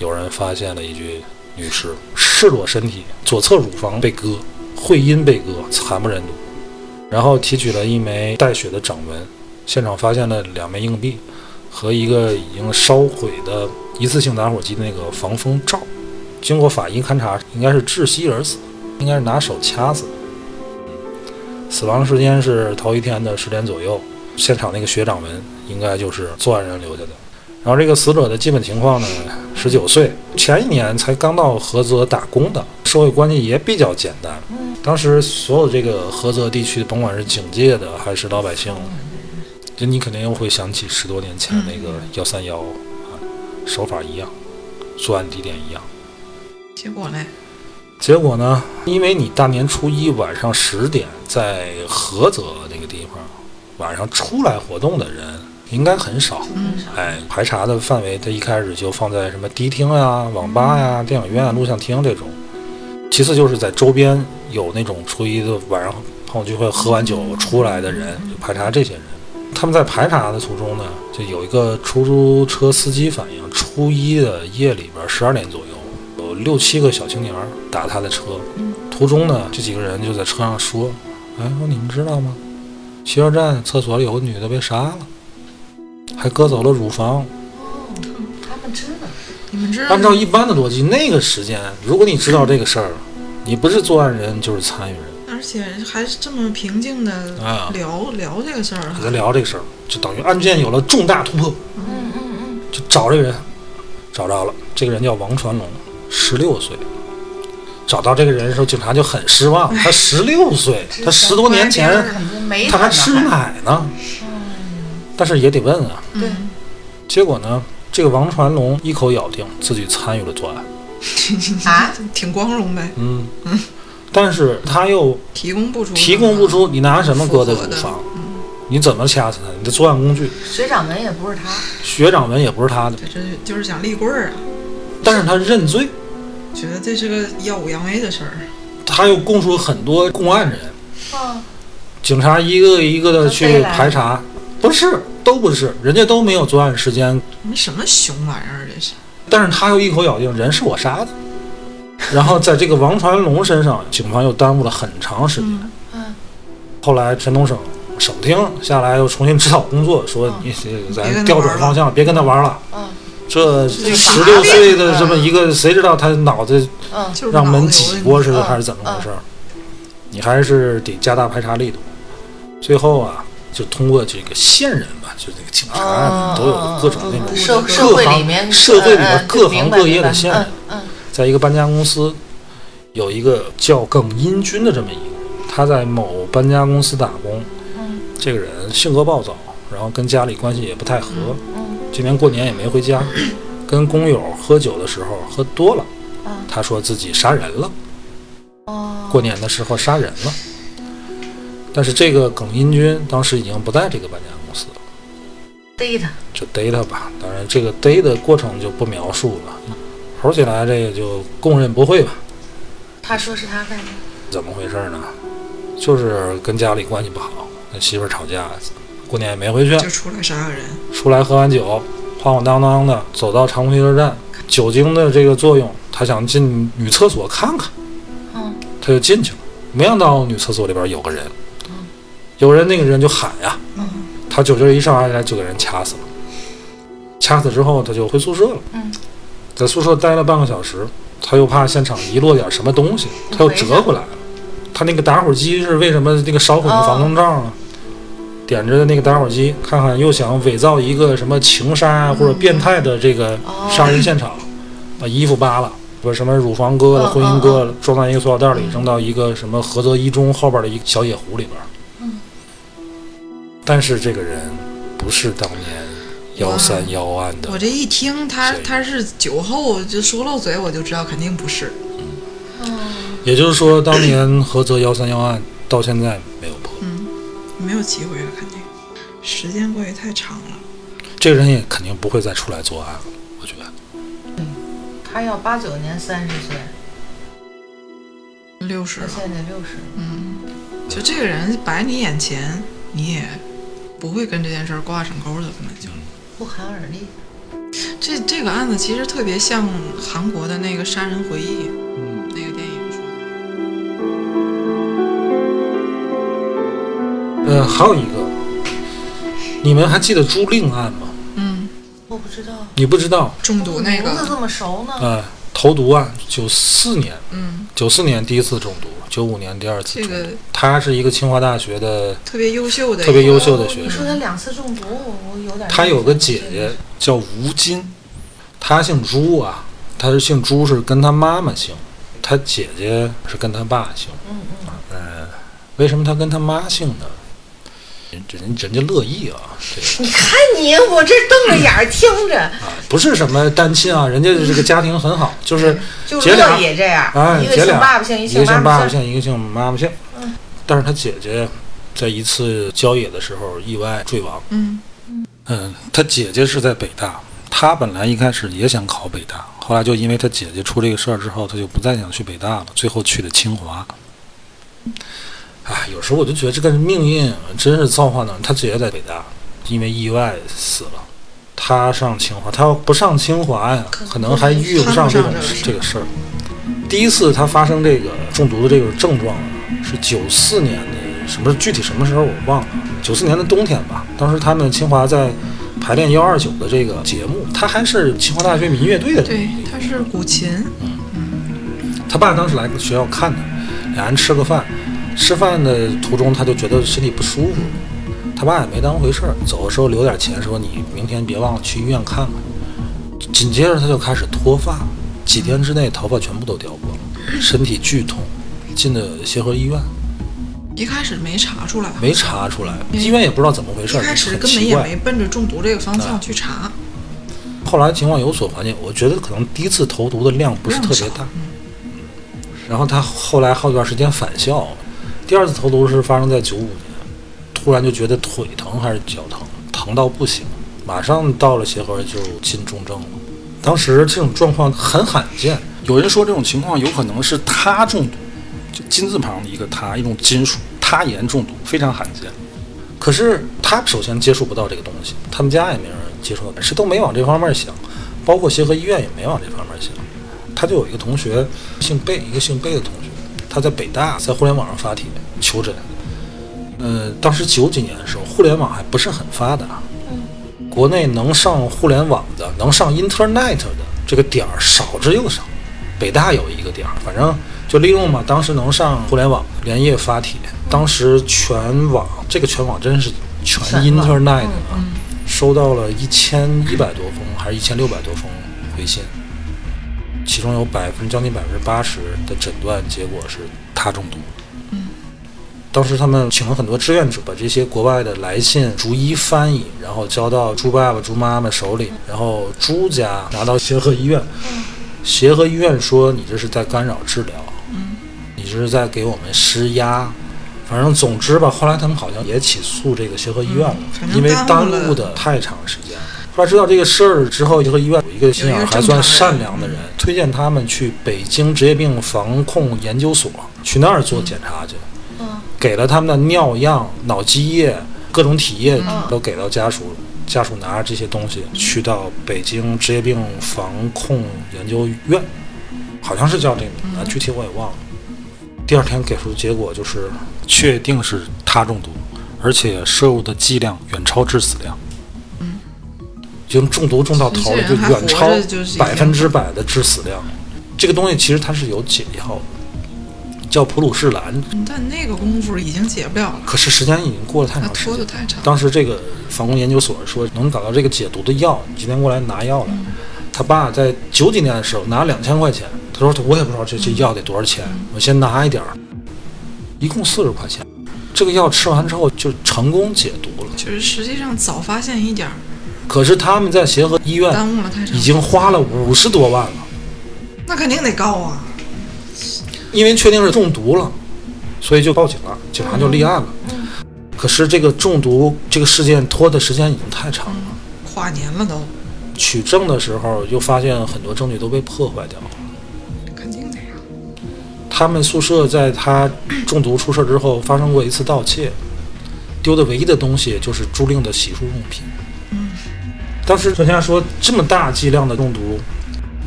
S1: 有人发现了一具女尸，赤裸身体，左侧乳房被割，会阴被割，惨不忍睹。然后提取了一枚带血的掌纹，现场发现了两枚硬币和一个已经烧毁的一次性打火机的那个防风罩。经过法医勘查，应该是窒息而死，应该是拿手掐死的。嗯死亡时间是头一天的十点左右，现场那个血掌纹应该就是作案人留下的。然后这个死者的基本情况呢，十九岁，前一年才刚到菏泽打工的，社会关系也比较简单。当时所有这个菏泽地区，甭管是警界的还是老百姓，就你肯定又会想起十多年前那个幺三幺啊，手法一样，作案地点一样。
S4: 结果嘞，
S1: 结果呢，因为你大年初一晚上十点在菏泽那个地方晚上出来活动的人应该很少，
S4: 嗯
S1: 哎，排查的范围，它一开始就放在什么迪厅呀、网吧呀、电影院啊、录像厅这种。其次就是在周边有那种初一的晚上朋友聚会喝完酒出来的人，就排查这些人。他们在排查的途中呢，就有一个出租车司机反映，初一的夜里边十二点左右，有六七个小青年儿打他的车。途中呢，这几个人就在车上说：“哎，我说你们知道吗？汽车站厕所里有个女的被杀了，还割走了乳房，
S2: 嗯，他们真的
S4: 你们知道
S1: 按照一般的逻辑，那个时间，如果你知道这个事儿，你不是作案人就是参与人，
S4: 而且还是这么平静的
S1: 啊
S4: 聊、聊这个事儿啊
S1: 和他聊这个事儿，就等于案件有了重大突破。
S2: 嗯嗯
S1: 就找这个人，找着了，这个人叫王传龙，十六岁。找到这个人的时候，警察就很失望，他十六岁，
S2: 嗯，
S1: 他十多年前
S2: 肯定没
S1: 他还
S2: 呢
S1: 吃奶呢，但是也得问啊。
S2: 对
S4: 嗯
S1: 结果呢，这个王传龙一口咬定自己参与了作案，
S2: 啊，
S4: 挺光荣呗，
S1: 嗯，但是他又
S4: 提供不出，
S1: 提供不，出你拿什么割的乳
S4: 符
S1: 房
S4: 合的，
S1: 你怎么掐死他？你的作案工具，
S2: 水掌门也不是他，
S1: 血掌纹也不是他的，
S4: 对，这就就是想立棍儿啊，
S1: 但是他认罪，
S4: 觉得这是个耀武扬威的事儿，啊
S1: 他又供出很多共案人，
S2: 嗯，
S1: 警察一个一个的
S2: 都
S1: 去
S2: 被拦
S1: 排查，不是，都不是，人家都没有作案时间，
S4: 你什么熊玩意儿这是？
S1: 但是他又一口咬定人是我杀的，然后在这个王传龙身上，警方又耽误了很长时间。
S4: 嗯
S1: 后来山东省省厅下来又重新指导工作，说你这个
S4: 别
S1: 咱
S4: 跟他
S1: 调转
S4: 玩了
S1: 方向，别跟他玩了。
S2: 嗯
S1: 这
S4: 这
S1: 十
S4: 麻
S1: 六
S4: 痹
S1: 岁的
S2: 了
S1: 这么一个，谁知道他脑子
S2: 嗯，
S4: 就是
S1: 让门
S4: 脑啊子有
S1: 挤
S4: 问
S1: 过
S4: 题
S1: 似的，
S2: 嗯
S1: 还是怎么回事儿？你还是得加大排查力度。最后啊，就通过这个线人吧，就这个警察
S2: 哦
S1: 都有各种那
S4: 哦
S1: 种
S2: 社
S1: 各
S2: 社会
S1: 行
S2: 里面
S1: 社会里面
S2: 嗯嗯
S1: 各
S2: 明
S1: 行
S2: 白
S1: 各业
S2: 明
S1: 的
S2: 白
S1: 线人，
S2: 嗯嗯
S1: 在一个搬家公司有一个叫耿英军的这么一个人，他在某搬家公司打工。
S2: 嗯
S1: 这个人性格暴躁，然后跟家里关系也不太和，
S2: 嗯
S1: 今年过年也没回家，跟工友喝酒的时候喝多了，
S2: 嗯
S1: 他说自己杀人了。
S2: 哦，
S1: 过年的时候杀人了。但是这个耿英军当时已经不在这个搬家公司了，
S2: 逮他，
S1: 就逮他吧。当然，这个逮的过程就不描述了。猴起来这个就供认不讳吧？
S2: 他说是他干的，
S1: 怎么回事呢？就是跟家里关系不好，跟媳妇儿吵架，过年也没回去，
S4: 就出来杀个人，
S1: 出来喝完酒，晃晃荡荡的走到长途汽车站，酒精的这个作用，他想进女厕所看看，
S2: 嗯
S1: 他就进去了。没想到女厕所里边有个人，
S2: 嗯
S1: 有人那个人就喊呀，他酒劲儿一上来就给人掐死了，掐死之后他就回宿舍了，
S2: 嗯
S1: 在宿舍待了半个小时，他又怕现场遗落点什么东西，他又折回来了。他那个打火机是为什么那个烧毁的防空罩呢？点着的那个打火机，看看又想伪造一个什么情杀啊或者变态的这个杀人现场，把衣服扒了，把什么乳房割了、
S2: 嗯
S1: 婚姻割了，装在一个塑料袋里
S2: 嗯，
S1: 扔到一个什么菏泽一中后边的一个小野湖里边。但是这个人不是当年幺三幺案的
S4: 我这一听他
S1: 谁
S4: 他是酒后就说漏嘴，我就知道肯定不是。
S1: 也就是说，当年菏泽幺三幺案到现在没有破，
S4: 没有机会了，啊肯定。时间过也太长了，
S1: 这个人也肯定不会再出来作案了。我觉得，
S2: 他要八九年三十岁，
S4: 六十
S2: 他
S4: 了。
S2: 现在六十，
S4: 就这个人摆你眼前，你也不会跟这件事儿挂上钩的，根本就。
S2: 不寒而栗。
S4: 这这个案子其实特别像韩国的那个《杀人回忆》
S1: 嗯，
S4: 那个电影说的。
S1: 呃，还有一个，你们还记得朱令案吗？
S4: 嗯，
S2: 我不知道，
S1: 你不知道，
S4: 中毒那
S2: 名字
S4: 个，
S2: 这么熟呢？
S1: 呃，投毒案，九四年，
S4: 嗯，
S1: 九四年第一次中毒，九五年第二次
S4: 这
S1: 中毒。
S4: 个
S1: 他是一个清华大学的，
S4: 特别优秀的一个，
S1: 特别优秀的学
S2: 你
S1: 生
S2: 说他两次中毒，我我有点。
S1: 他有个姐姐，叫吴金，她姓朱啊，她是姓朱，是跟她妈妈姓，她姐姐是跟她爸姓。
S2: 嗯嗯，
S1: 呃，为什么他跟他妈姓呢？人人人家乐意啊，这个
S2: 你看哎你，我这瞪着眼儿听着，
S1: 啊，不是什么单亲啊，人家这个家庭很好，就是
S2: 就
S1: 姐俩
S2: 乐也这样，
S1: 哎
S2: 一个
S1: 姐
S2: 姓
S1: 俩
S2: 爸爸姓，一
S1: 一个姓爸
S2: 妈
S1: 爸
S2: 姓。
S1: 姓，一个姓妈妈姓。
S2: 嗯
S1: 但是他姐姐在一次郊野的时候意外坠亡。
S4: 嗯，
S1: 嗯，他姐姐是在北大，他本来一开始也想考北大，后来就因为他姐姐出这个事儿之后，他就不再想去北大了，最后去了清华。哎，有时候我就觉得这个命运真是造化呢。他姐姐在北大，因为意外死了。他上清华，他要不上清华呀，可能还遇不上这种
S4: 看不上
S1: 这个事儿。第一次他发生这个中毒的这个症状啊是九四年的什么具体什么时候我忘了，九四年的冬天吧。当时他们清华在排练幺二九的这个节目，他还是清华大学民乐队的。
S4: 对，他是古琴，
S1: 他爸当时来学校看他，俩人吃个饭，吃饭的途中他就觉得身体不舒服，他爸也没当回事儿，走的时候留点钱，说你明天别忘了去医院看看。紧接着他就开始脱发，几天之内头发全部都掉光了，身体剧痛，进的协和医院，
S4: 一开始没查出来，
S1: 没查出来，医院也不知道怎么回事
S4: 一
S1: 儿，
S4: 开始
S1: 很
S4: 根本
S1: 奇
S4: 也
S1: 怪。啊
S4: 没奔着中毒这个方向去查，
S1: 后来情况有所缓解，我觉得可能第一次投毒的量不是特别大
S4: 量少。
S1: 然后他后来好一段时间返校，第二次投毒是发生在九五年，突然就觉得腿疼还是脚疼，疼到不行，马上到了协和就进重症了。当时这种状况很罕见，有人说这种情况有可能是他中毒，就金字旁的一个他，一种金属他盐中毒，非常罕见。可是他首先接触不到这个东西，他们家也没人接触到，谁都没往这方面想，包括协和医院也没往这方面想。他就有一个同学姓贝，一个姓贝的同学，他在北大在互联网上发帖求诊。呃，当时九几年的时候，互联网还不是很发达，
S2: 嗯
S1: 国内能上互联网的、能上 Internet 的这个点儿少之又少。北大有一个点儿，反正就利用嘛，当时能上互联网，连夜发帖。当时全网这个全网真是全
S2: 全网
S1: Internet 啊，收到了一千一百多封还是一千六百多封回信，其中有百分将近百分之八十的诊断结果是他中毒。
S4: 嗯
S1: 当时他们请了很多志愿者，把这些国外的来信逐一翻译，然后交到猪爸爸、猪妈妈手
S4: 嗯
S1: 里，然后猪家拿到协和医院。协和医院说你这是在干扰治疗，
S4: 嗯
S1: 你这是在给我们施压。反正总之吧，后来他们好像也起诉这个协和医院了，
S4: 嗯反正
S1: 因为
S4: 耽
S1: 耽
S4: 误了
S1: 误的太长时间了。后来知道这个事儿之后，协和医院有一个心眼
S4: 有一
S1: 儿
S4: 个
S1: 还
S4: 正
S1: 算
S4: 常人
S1: 善良的人，推荐他们去北京职业病防控研究所去那儿做检查去。
S2: 嗯
S1: 给了他们的尿样、脑积液、各种体液
S2: 嗯
S1: 都给到家属，家属拿着这些东西去到北京职业病防控研究院，好像是叫这个
S4: 嗯
S1: 名字，具体我也忘了。第二天给出结果就是确定是他中毒，而且摄入的剂量远超致死量。嗯，就中毒中到头了，就
S4: 这人还
S1: 远超
S4: 活着就是一个
S1: 百分之百的致死量。这个东西其实它是有解药的，叫普鲁士蓝，
S4: 嗯但那个功夫已经解不了了，
S1: 可是时间已经过了太
S4: 它
S1: 长时
S4: 拖
S1: 间
S4: 得
S1: 了。
S4: 太长。
S1: 当时这个防空研究所说能搞到这个解毒的药，你今天过来拿药来。
S4: 嗯
S1: 他爸在九几年的时候拿两千块钱，他说我也不知道这这药得多少钱，
S4: 嗯
S1: 我先拿一点儿，一共四十块钱。这个药吃完之后就成功解毒了，
S4: 就是实际上早发现一点儿，
S1: 可是他们在协和医院
S4: 耽误了太长
S1: 已。经花了五十多万了，
S4: 那肯定得告啊！
S1: 因为确定是中毒了，所以就报警了，警察就立案了。
S4: 嗯
S1: 可是这个中毒这个事件拖的时间已经太长了。
S4: 跨年了都，
S1: 取证的时候，又发现很多证据都被破坏掉了。
S4: 肯定得呀。啊
S1: 他们宿舍在他中毒出事之后发生过一次盗窃，丢的唯一的东西就是租赁的洗漱用品。
S4: 嗯
S1: 当时专家说，这么大剂量的中毒，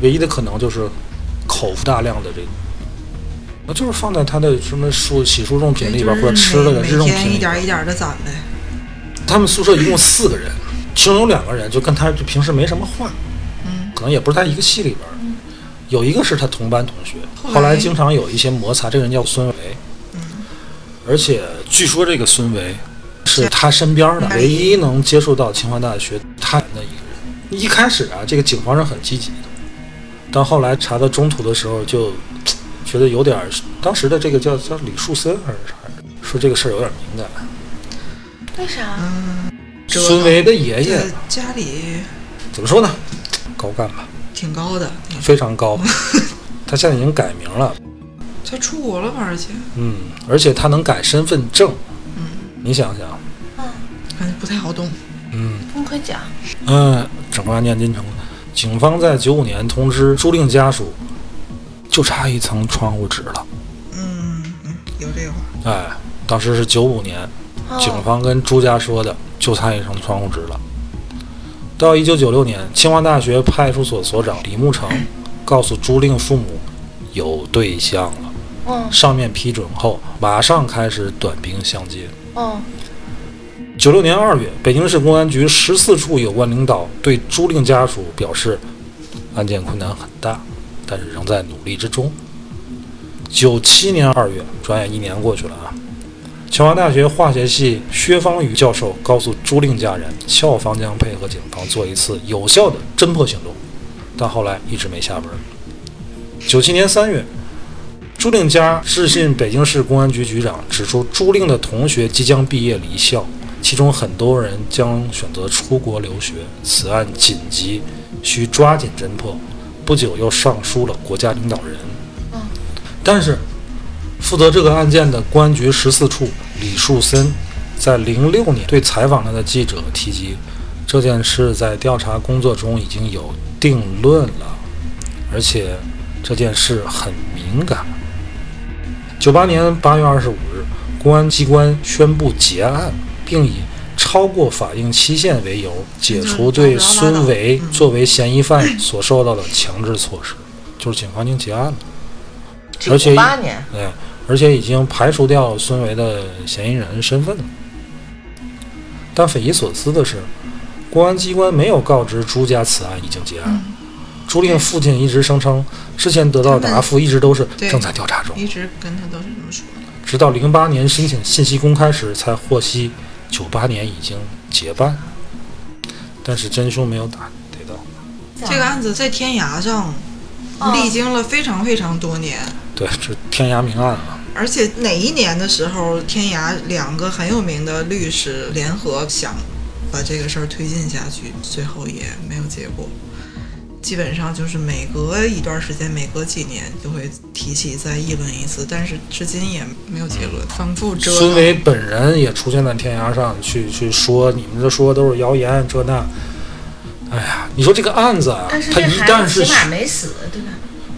S1: 唯一的可能就是口服大量的这个，那就是放在他的什么漱洗漱用品里边或者吃的
S4: 每
S1: 日用
S4: 每天
S1: 品
S4: 一
S1: 里边
S4: 点。一点的攒呗。
S1: 他们宿舍一共四个人，其中有两个人就跟他就平时没什么话，可能也不是在一个系里边儿。有一个是他同班嗯同学，
S4: 后
S1: 后来
S4: 来
S1: 经常有一些摩擦。这个人叫孙维，而且据说这个孙维是他身边的
S4: 哪里
S1: 唯一能接触到清华大学他的一个人。一开始啊，这个警方是很积极的，但后来查到中途的时候就，觉得有点儿，当时的这个叫叫李树森还是啥来着，说这个事儿有点敏感。
S2: 为啥？
S4: 折腾
S1: 孙维的爷爷
S4: 这家里
S1: 怎么说呢？高干吧，
S4: 挺高的，嗯挺
S1: 非常高。他现在已经改名了，
S4: 他出国了吧？而且
S1: 嗯，而且他能改身份证。你想想，
S4: 感觉不太好动。
S2: 你快讲。
S1: 嗯，整个案件进程，警方在九五年通知租赁家属，就差一层窗户纸了。
S4: 嗯嗯，有这话。
S1: 哎，当时是九五年，警方跟朱家说的，就差一层窗户纸了。到一九九六年，清华大学派出所所长李慕成告诉朱令父母有对象了，
S2: 嗯
S1: 上面批准后，马上开始短兵相接。
S2: 嗯
S1: 九六年二月，北京市公安局十四处有关领导对朱令家属表示，案件困难很大，但是仍在努力之中。九七年二月，转眼一年过去了啊，清华大学化学系薛方宇教授告诉朱令家人，校方将配合警方做一次有效的侦破行动，但后来一直没下文。九七年三月，朱令家致信北京市公安局局长，指出朱令的同学即将毕业离校，其中很多人将选择出国留学，此案紧急，需抓紧侦破。不久又上书了国家领导人。但是，负责这个案件的公安局十四处李树森，在零六年对采访他的记者提及，这件事在调查工作中已经有定论了。而且这件事很敏感。九八年八月二十五日，公安机关宣布结案，并以超过法定期限为由，解除对孙维作为嫌疑犯所受到的强制措施，就是警方已经结案了，而且
S2: 九八年，
S1: 对，而且已经排除掉孙维的嫌疑人身份了。但匪夷所思的是，公安机关没有告知朱家此案已经结案。朱令父亲一直声称，之前得到的答复一直都是
S4: 对
S1: 正在调查中，
S4: 一直跟他都是这么说的。
S1: 直到零八年申请信息公开时才获悉，九八年已经结办，但是真凶没有打逮到。
S4: 这个案子在天涯上
S2: 哦
S4: 历经了非常非常多年，
S1: 对，这天涯明案啊，
S4: 而且哪一年的时候，天涯两个很有名的律师联合想把这个事儿推进下去，最后也没有结果。基本上就是每隔一段时间，每隔几年就会提起再议论一次，但是至今也没有结论，反复折
S1: 孙
S4: 腾。
S1: 维本人也出现在天涯上去去说，你们这说都是谣言，这那。哎呀，你说这个案子啊，
S2: 但是
S1: 他
S2: 这
S1: 一
S2: 孩
S1: 旦
S2: 子
S1: 是
S2: 起码没死，对吧？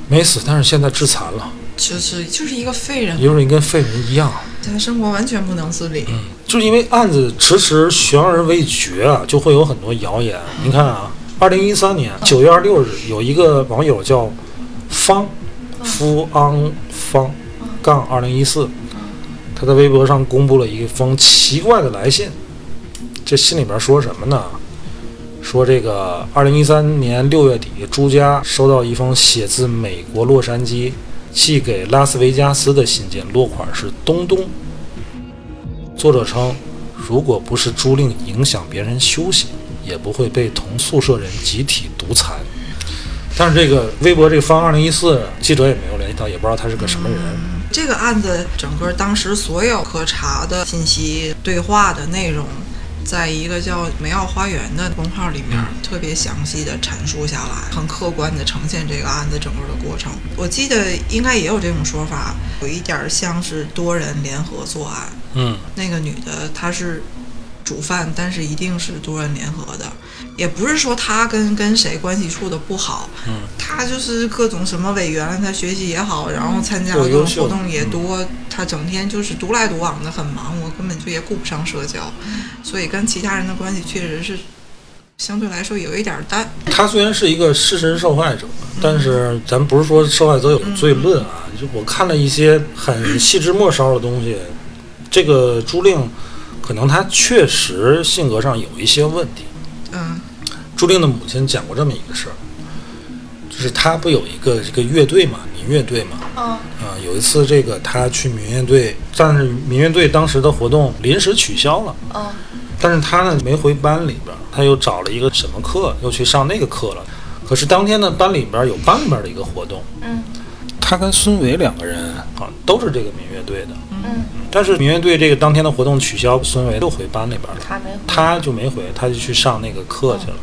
S1: 没死，但是现在致残了，
S4: 就是就是一个废人，
S1: 也就是跟废人一样。
S4: 他生活完全不能自理。
S1: 就是因为案子迟迟悬而未决啊，就会有很多谣言。你看啊，二零一三年九月二十六日，有一个网友叫方夫昂方杠二零一四，他在微博上公布了一封奇怪的来信，这信里边说什么呢？说这个二零一三年六月底，朱家收到一封写自美国洛杉矶寄给拉斯维加斯的信件，落款是东东。作者称，如果不是朱令影响别人休息，也不会被同宿舍人集体独裁。但是这个微博这个方二零一四记者也没有联系到，也不知道他是个什么人。
S4: 这个案子整个当时所有可查的信息、对话的内容，在一个叫梅奥花园的公号里面特别详细的阐述下来，很客观的呈现这个案子整个的过程。我记得应该也有这种说法，有一点儿像是多人联合作案。
S1: 嗯，
S4: 那个女的她是主犯，但是一定是多人联合的，也不是说她跟跟谁关系处的不好，
S1: 嗯，
S4: 她就是各种什么委员，她学习也好，然后参加
S1: 够
S4: 各
S1: 嗯优
S4: 种
S1: 秀嗯
S4: 活动也多，她整天就是独来独往的，很忙，我根本就也顾不上社交，
S1: 嗯
S4: 所以跟其他人的关系确实是相对来说有一点儿淡，
S1: 他虽然是一个事实受害者，但是咱不是说受害者有罪论啊。就我看了一些很细枝末梢的东西，这个朱令可能他确实性格上有一些问题。
S4: 嗯
S1: 朱令的母亲讲过这么一个事儿，就是他不有一个这个乐队嘛，民乐队嘛，
S2: 嗯，
S1: 啊、有一次这个他去民乐队，但是民乐队当时的活动临时取消了，
S2: 嗯，
S1: 但是他呢没回班里边儿，他又找了一个什么课，又去上那个课了。可是当天呢，班里边儿有班里边儿的一个活动，
S2: 嗯，
S1: 他跟孙伟两个人啊都是这个民乐队的，
S2: 嗯，
S1: 但是民乐队这个当天的活动取消，孙伟又回班里边儿了。
S2: 他没回
S1: 他就没回，他就去上那个课去了。
S2: 哦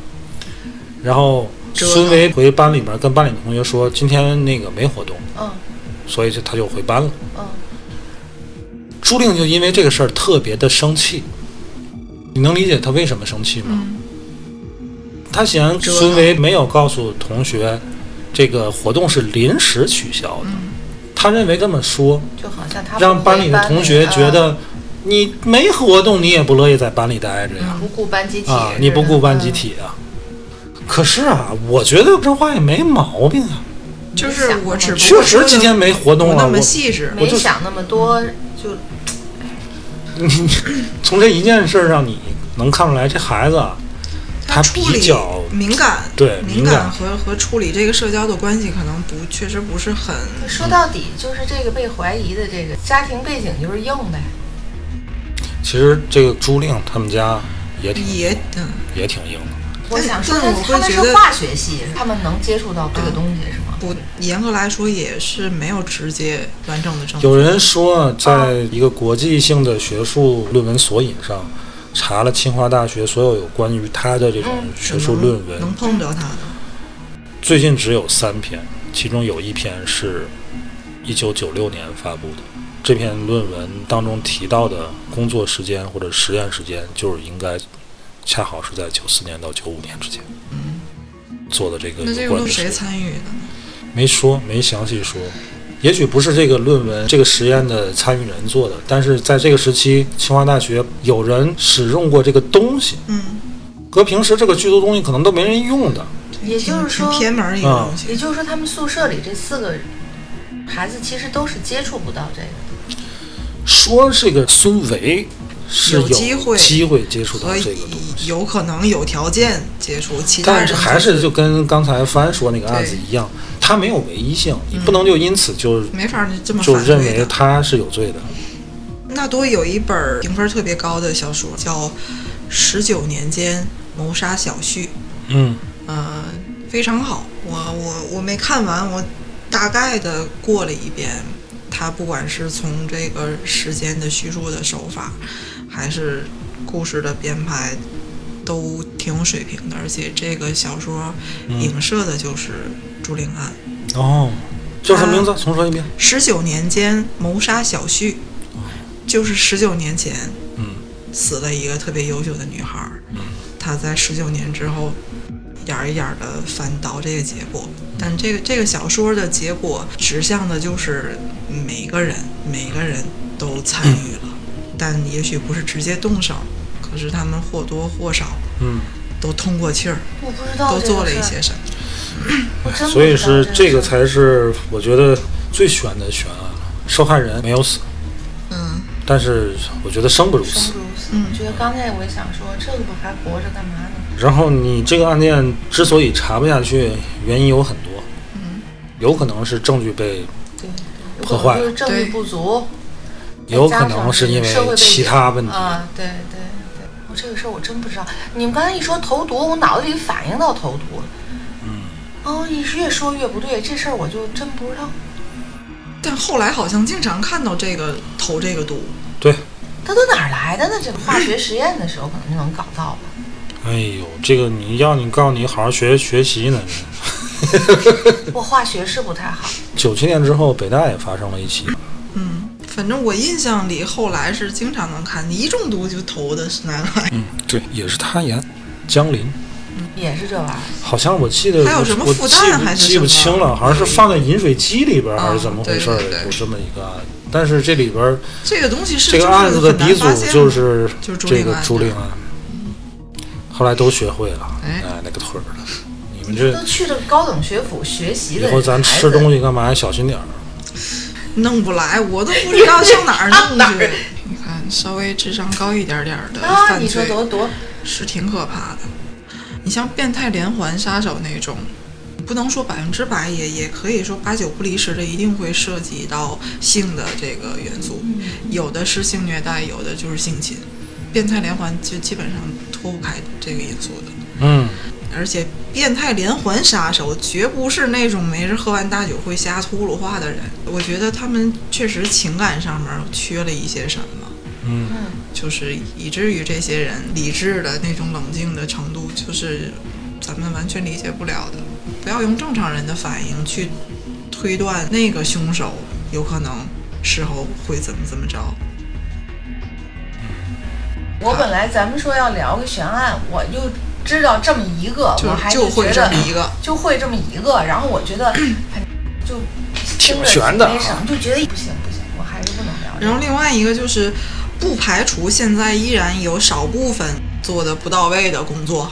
S1: 然后
S4: 折腾
S1: 孙威回班里边儿跟班里的同学说，今天那个没活动，
S2: 嗯
S1: 所以就他就回班了。
S2: 嗯
S1: 朱令就因为这个事儿特别的生气，你能理解他为什么生气吗？
S4: 嗯
S1: 他嫌
S4: 折腾
S1: 孙维没有告诉同学，这个活动是临时取消的。他认为这么说，
S2: 就好像嗯他
S1: 让
S2: 不回嗯
S1: 班里的同学觉得你没活动，你也不乐意在班里待着呀
S2: 嗯、不顾班集体
S1: 啊，你不顾班
S4: 嗯
S1: 集，体啊。可是啊，我觉得这话也没毛病啊。
S4: 就是我只不过
S1: 确实今天没活动
S4: 不
S1: 了，
S4: 那
S1: 我
S4: 么细致
S2: 是，
S1: 我
S2: 没
S1: 就
S2: 想那么多，就
S1: 你从这一件事儿上，你能看出来这孩子啊，他
S4: 处
S1: 比
S4: 理
S1: 较
S4: 敏感，
S1: 对
S4: 敏
S1: 敏感
S4: 和和处理这个社交的关系可能不确实不是很
S2: 说到底就是这个被怀疑的这个家庭背景就是硬
S4: 哎
S2: 呗，
S1: 其实这个朱令他们家也挺
S4: 也嗯，
S1: 也挺硬的。
S2: 我想说
S4: 但
S2: 他
S4: 我会
S2: 他们
S4: 觉得
S2: 是化学系，他们能接触到这个东西是吗？
S4: 不严格来说也是没有直接完整的证据。
S1: 有人说，在一个国际性的学术论文索引上，查了清华大学所有有关于他的这种学术论文，
S4: 嗯能碰着他的，
S1: 最近只有三篇，其中有一篇是一九九六年发布的。这篇论文当中提到的工作时间或者实验时间，就是应该恰好是在九四年到九五年之间做的这个
S4: 嗯那这
S1: 有
S4: 个
S1: 关
S4: 都
S1: 的实
S4: 谁
S1: 验。
S4: 参与的？
S1: 没说，没详细说。也许不是这个论文、这个实验的参与人做的，但是在这个时期，清华大学有人使用过这个东西，
S4: 嗯，
S1: 和平时这个剧毒东西可能都没人用的。
S2: 也就是
S4: 挺
S2: 说
S4: 挺偏门儿一个
S1: 啊
S4: 东西。
S2: 也就是说他们宿舍里这四个孩子其实都是接触不到这个的，
S1: 说这个孙维是
S4: 有机会
S1: 机会接触到
S4: 所
S1: 这个东
S4: 以
S1: 西，
S4: 有可能有条件接触其他
S1: 但
S4: 人
S1: 是
S4: 就，
S1: 还是就跟刚才帆说那个案子
S4: 对
S1: 一样，它没有唯一性，你不能就因此就
S4: 没法儿这么
S1: 就
S4: 反
S1: 认
S4: 对
S1: 为
S4: 的。
S1: 他是有罪的。
S4: 纳多有一本儿评分特别高的小说，叫《十九年间谋杀小序》。
S1: 嗯，
S4: 呃，非常好。我我我没看完，我大概的过了一遍。它不管是从这个时间的叙述的手法，还是故事的编排，都挺有水平的。而且这个小说影射的就是朱令案。
S1: 哦，叫什么名字？重说一遍。
S4: 十九年间谋杀小旭，就是十九年前
S1: 哦嗯
S4: 死了一个特别优秀的女孩儿
S1: 嗯，
S4: 她在十九年之后，一点儿一点的反倒这个结果。
S1: 嗯
S4: 但这个这个小说的结果指向的就是每个人，每个人都参与
S1: 嗯
S4: 了，但也许不是直接动手，可是他们或多或少
S1: 嗯。
S4: 都通过气儿，
S2: 我不知道
S4: 都
S2: 这个
S4: 做了
S2: 事
S4: 一
S2: 儿
S4: 些，什么。
S2: 我真不
S1: 所以
S2: 知道
S1: 是这
S2: 事
S1: 个
S2: 儿
S1: 才是我觉得最悬的悬案了。受害人没有死，
S4: 嗯，
S1: 但是我觉得生不如死
S2: 生。不如死。我觉得刚才我也想说，这个我还活着干嘛呢？
S1: 然后你这个案件之所以查不下去，原因有很多，有可能是证据被，
S2: 对，有
S1: 破
S2: 可
S1: 坏
S2: 能就是证据不足，再
S1: 有
S2: 加
S1: 可
S2: 上
S1: 能是因为
S2: 社会背景
S1: 其他问题。
S2: 啊，对对对。我这个事儿我真不知道。你们刚才一说投毒，我脑子里反应到投毒了。嗯。哦，你是越说越不对，这事儿我就真不知道。
S4: 但后来好像经常看到这个投这个毒，
S1: 对，
S2: 它都哪儿来的呢？这个化学实验的时候可能就能搞到吧。
S1: 哎呦，这个你要你告诉你好好学学习呢。
S2: 我化学是不太好。
S1: 九七年之后，北大也发生了一起，
S4: 嗯，反正我印象里后来是经常能看，你一中毒就投的是 南海，
S1: 嗯，对，也是他演江林，
S2: 也是这玩意儿，
S1: 好像我记得
S4: 还有什么
S1: 我
S4: 复旦
S1: 我
S4: 还是
S1: 记不记不
S4: 什么
S1: 清了，好像是放在饮水机里边儿还是怎么回事儿
S4: 啊对对，对
S1: 有这么一个案。但是这里边儿
S4: 这个东西是
S1: 这个案子的鼻祖就是是
S4: 就是朱
S1: 这
S4: 令
S1: 个
S4: 安
S1: 朱令安，后来都学会了，
S4: 哎
S1: 哎，那个腿儿了。你们这
S2: 都去这高等学府学习的
S1: 以
S2: 孩子。
S1: 后咱吃东西干嘛要小心点儿？
S4: 弄不来，我都不知道上哪儿
S2: 上哪
S4: 弄
S2: 儿
S4: 去。你看，稍微智商高一点点儿的
S2: 啊，
S4: 犯
S2: 你说
S4: 罪
S2: 多多
S4: 是挺可怕的。你像变态连环杀手那种，不能说百分之百，也也可以说八九不离十的，一定会涉及到性的这个元素，有的是性虐待，有的就是性侵。变态连环就基本上脱不开这个因素的。
S1: 嗯，
S4: 而且变态连环杀手绝不是那种没事喝完大酒会瞎秃噜话的人。我觉得他们确实情感上面缺了一些什么，
S1: 嗯，
S4: 就是以至于这些人理智的那种冷静的程度，就是咱们完全理解不了的。不要用正常人的反应去推断那个凶手有可能事后会怎么怎么着。
S2: 我本来咱们说要聊个悬案，我就知道这么一个，
S4: 就
S2: 我还
S4: 就会
S2: 觉
S4: 这
S2: 得
S4: 么一个
S2: 就会这么一个，然后我觉 得很就听着
S1: 挺悬的啊
S2: 没什么，就觉得不行不行，我还是不能聊这
S4: 然
S2: 个。
S4: 后另外一个就是，不排除现在依然有少部分做的不到位的工作，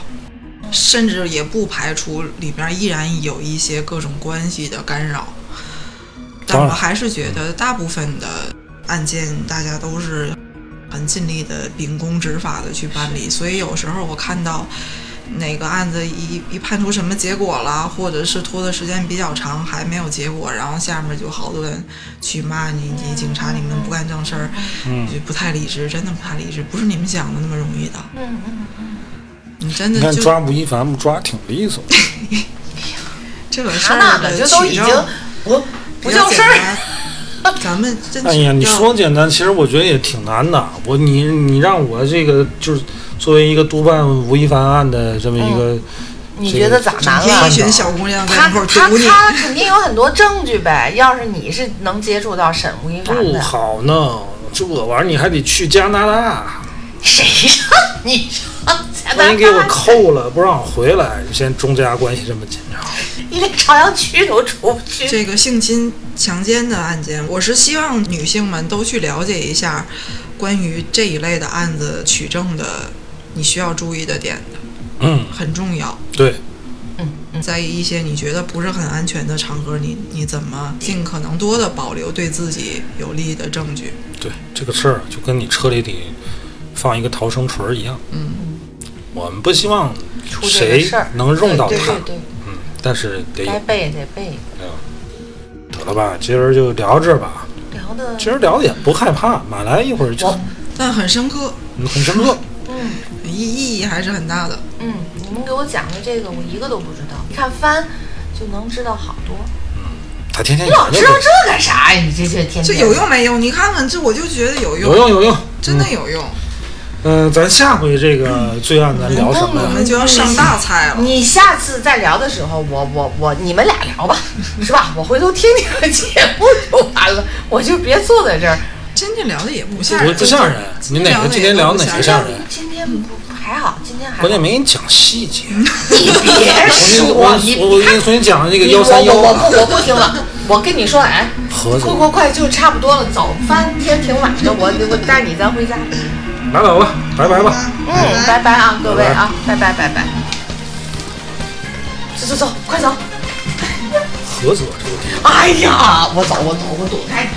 S4: 甚至也不排除里边依然有一些各种关系的干扰。但
S1: 当
S4: 我
S1: 然
S4: 还是觉得大部分的案件大家都是很尽力的秉公执法的去办理，所以有时候我看到。哪个案子一一判出什么结果了，或者是拖的时间比较长还没有结果，然后下面就好多人去骂你，你警察你们不干正事儿，
S1: 嗯
S4: 就不太理智，真的不太理智，不是你们想的那么容易的。
S2: 嗯嗯，
S4: 你真
S1: 你
S4: 的
S1: 看
S4: 就
S1: 抓吴亦凡不抓挺利索，
S4: 这个事
S2: 他那
S4: 儿
S2: 的
S4: 的
S2: 就都已
S4: 取
S2: 经
S4: 证
S2: 不
S4: 比
S2: 不叫
S4: 较
S2: 事
S4: 简
S2: 儿，
S4: 单。咱们真
S1: 哎呀，你
S4: 要
S1: 说简单，其实我觉得也挺难的。我你你让我这个就是作为一个督办吴亦凡案的这么一个，
S2: 嗯你觉得咋难
S4: 听一
S2: 了？
S4: 群小姑娘在
S2: 他
S4: 那块儿
S2: 他
S4: 堵你，
S2: 他肯定有很多证据呗，要是你是能接触到沈吴亦凡
S1: 不
S2: 的，
S1: 哦好弄，这玩意儿你还得去加拿
S2: 啊
S1: 大，
S2: 谁让你上加拿
S1: 万一给我
S2: 大
S1: 扣了不让我回来，你现在中加关系这么紧张，
S2: 你连朝阳区都出不去。
S4: 这个性侵、强奸的案件，我是希望女性们都去了解一下关于这一类的案子取证的你需要注意的点的，
S1: 嗯，
S4: 很重要。
S1: 对，
S4: 在一些你觉得不是很安全的场合，你你怎么尽可能多的保留对自己有利的证据？
S1: 对，这个事儿就跟你车里得放一个逃生锤儿一样。嗯，我们不希望
S2: 出这个
S1: 谁
S2: 事儿
S1: 能用到它，
S2: 对对对
S1: 嗯，但是得
S2: 对，
S1: 有
S2: 该。背得背。
S1: 嗯得了吧，今儿就聊这儿吧。
S2: 聊的
S1: 今儿聊的也不害怕，马来一会儿就
S2: 我
S4: 但很深刻，
S1: 嗯很深刻。
S4: 意意义还是很大的。
S2: 嗯，你们给我讲的这个我一个都不知道，你看翻就能知道好多。
S1: 他天天
S2: 你 老
S1: 研究
S2: 知道这干啥呀？你这这天天
S4: 这有用没用？你看看这，我就觉得有
S1: 有用有用。
S4: 真的有用。
S1: 嗯、咱下回这个
S2: 嗯
S1: 罪案咱聊什么
S4: 我
S1: 呀？
S4: 们就要上大菜了。
S2: 你下次再聊的时候，我我我，你们俩聊吧， 是吧？我回头听你们节目就完了，我就别坐在这儿。
S4: 今天聊的也不像
S1: 不
S4: 人，
S1: 不像人，你哪个今天聊哪个像人？
S2: 今天不还好，今天还好
S1: 关键没给你讲细节。
S2: 你别
S1: 我给你
S2: 说，嗯你
S1: 我我我给你重新讲那个幺三幺
S2: 我我
S1: 啊，
S2: 不我不听了。我跟你说，哎，
S1: 盒子
S2: 快快快，就差不多了，走，翻天挺晚的，我我带你咱回家。
S1: 拿走吧，拜拜吧。
S2: 嗯，拜拜啊，各位啊，拜拜拜拜。走走走，快走！
S1: 菏泽这个地方。
S2: 哎呀，我走我走我走，哎。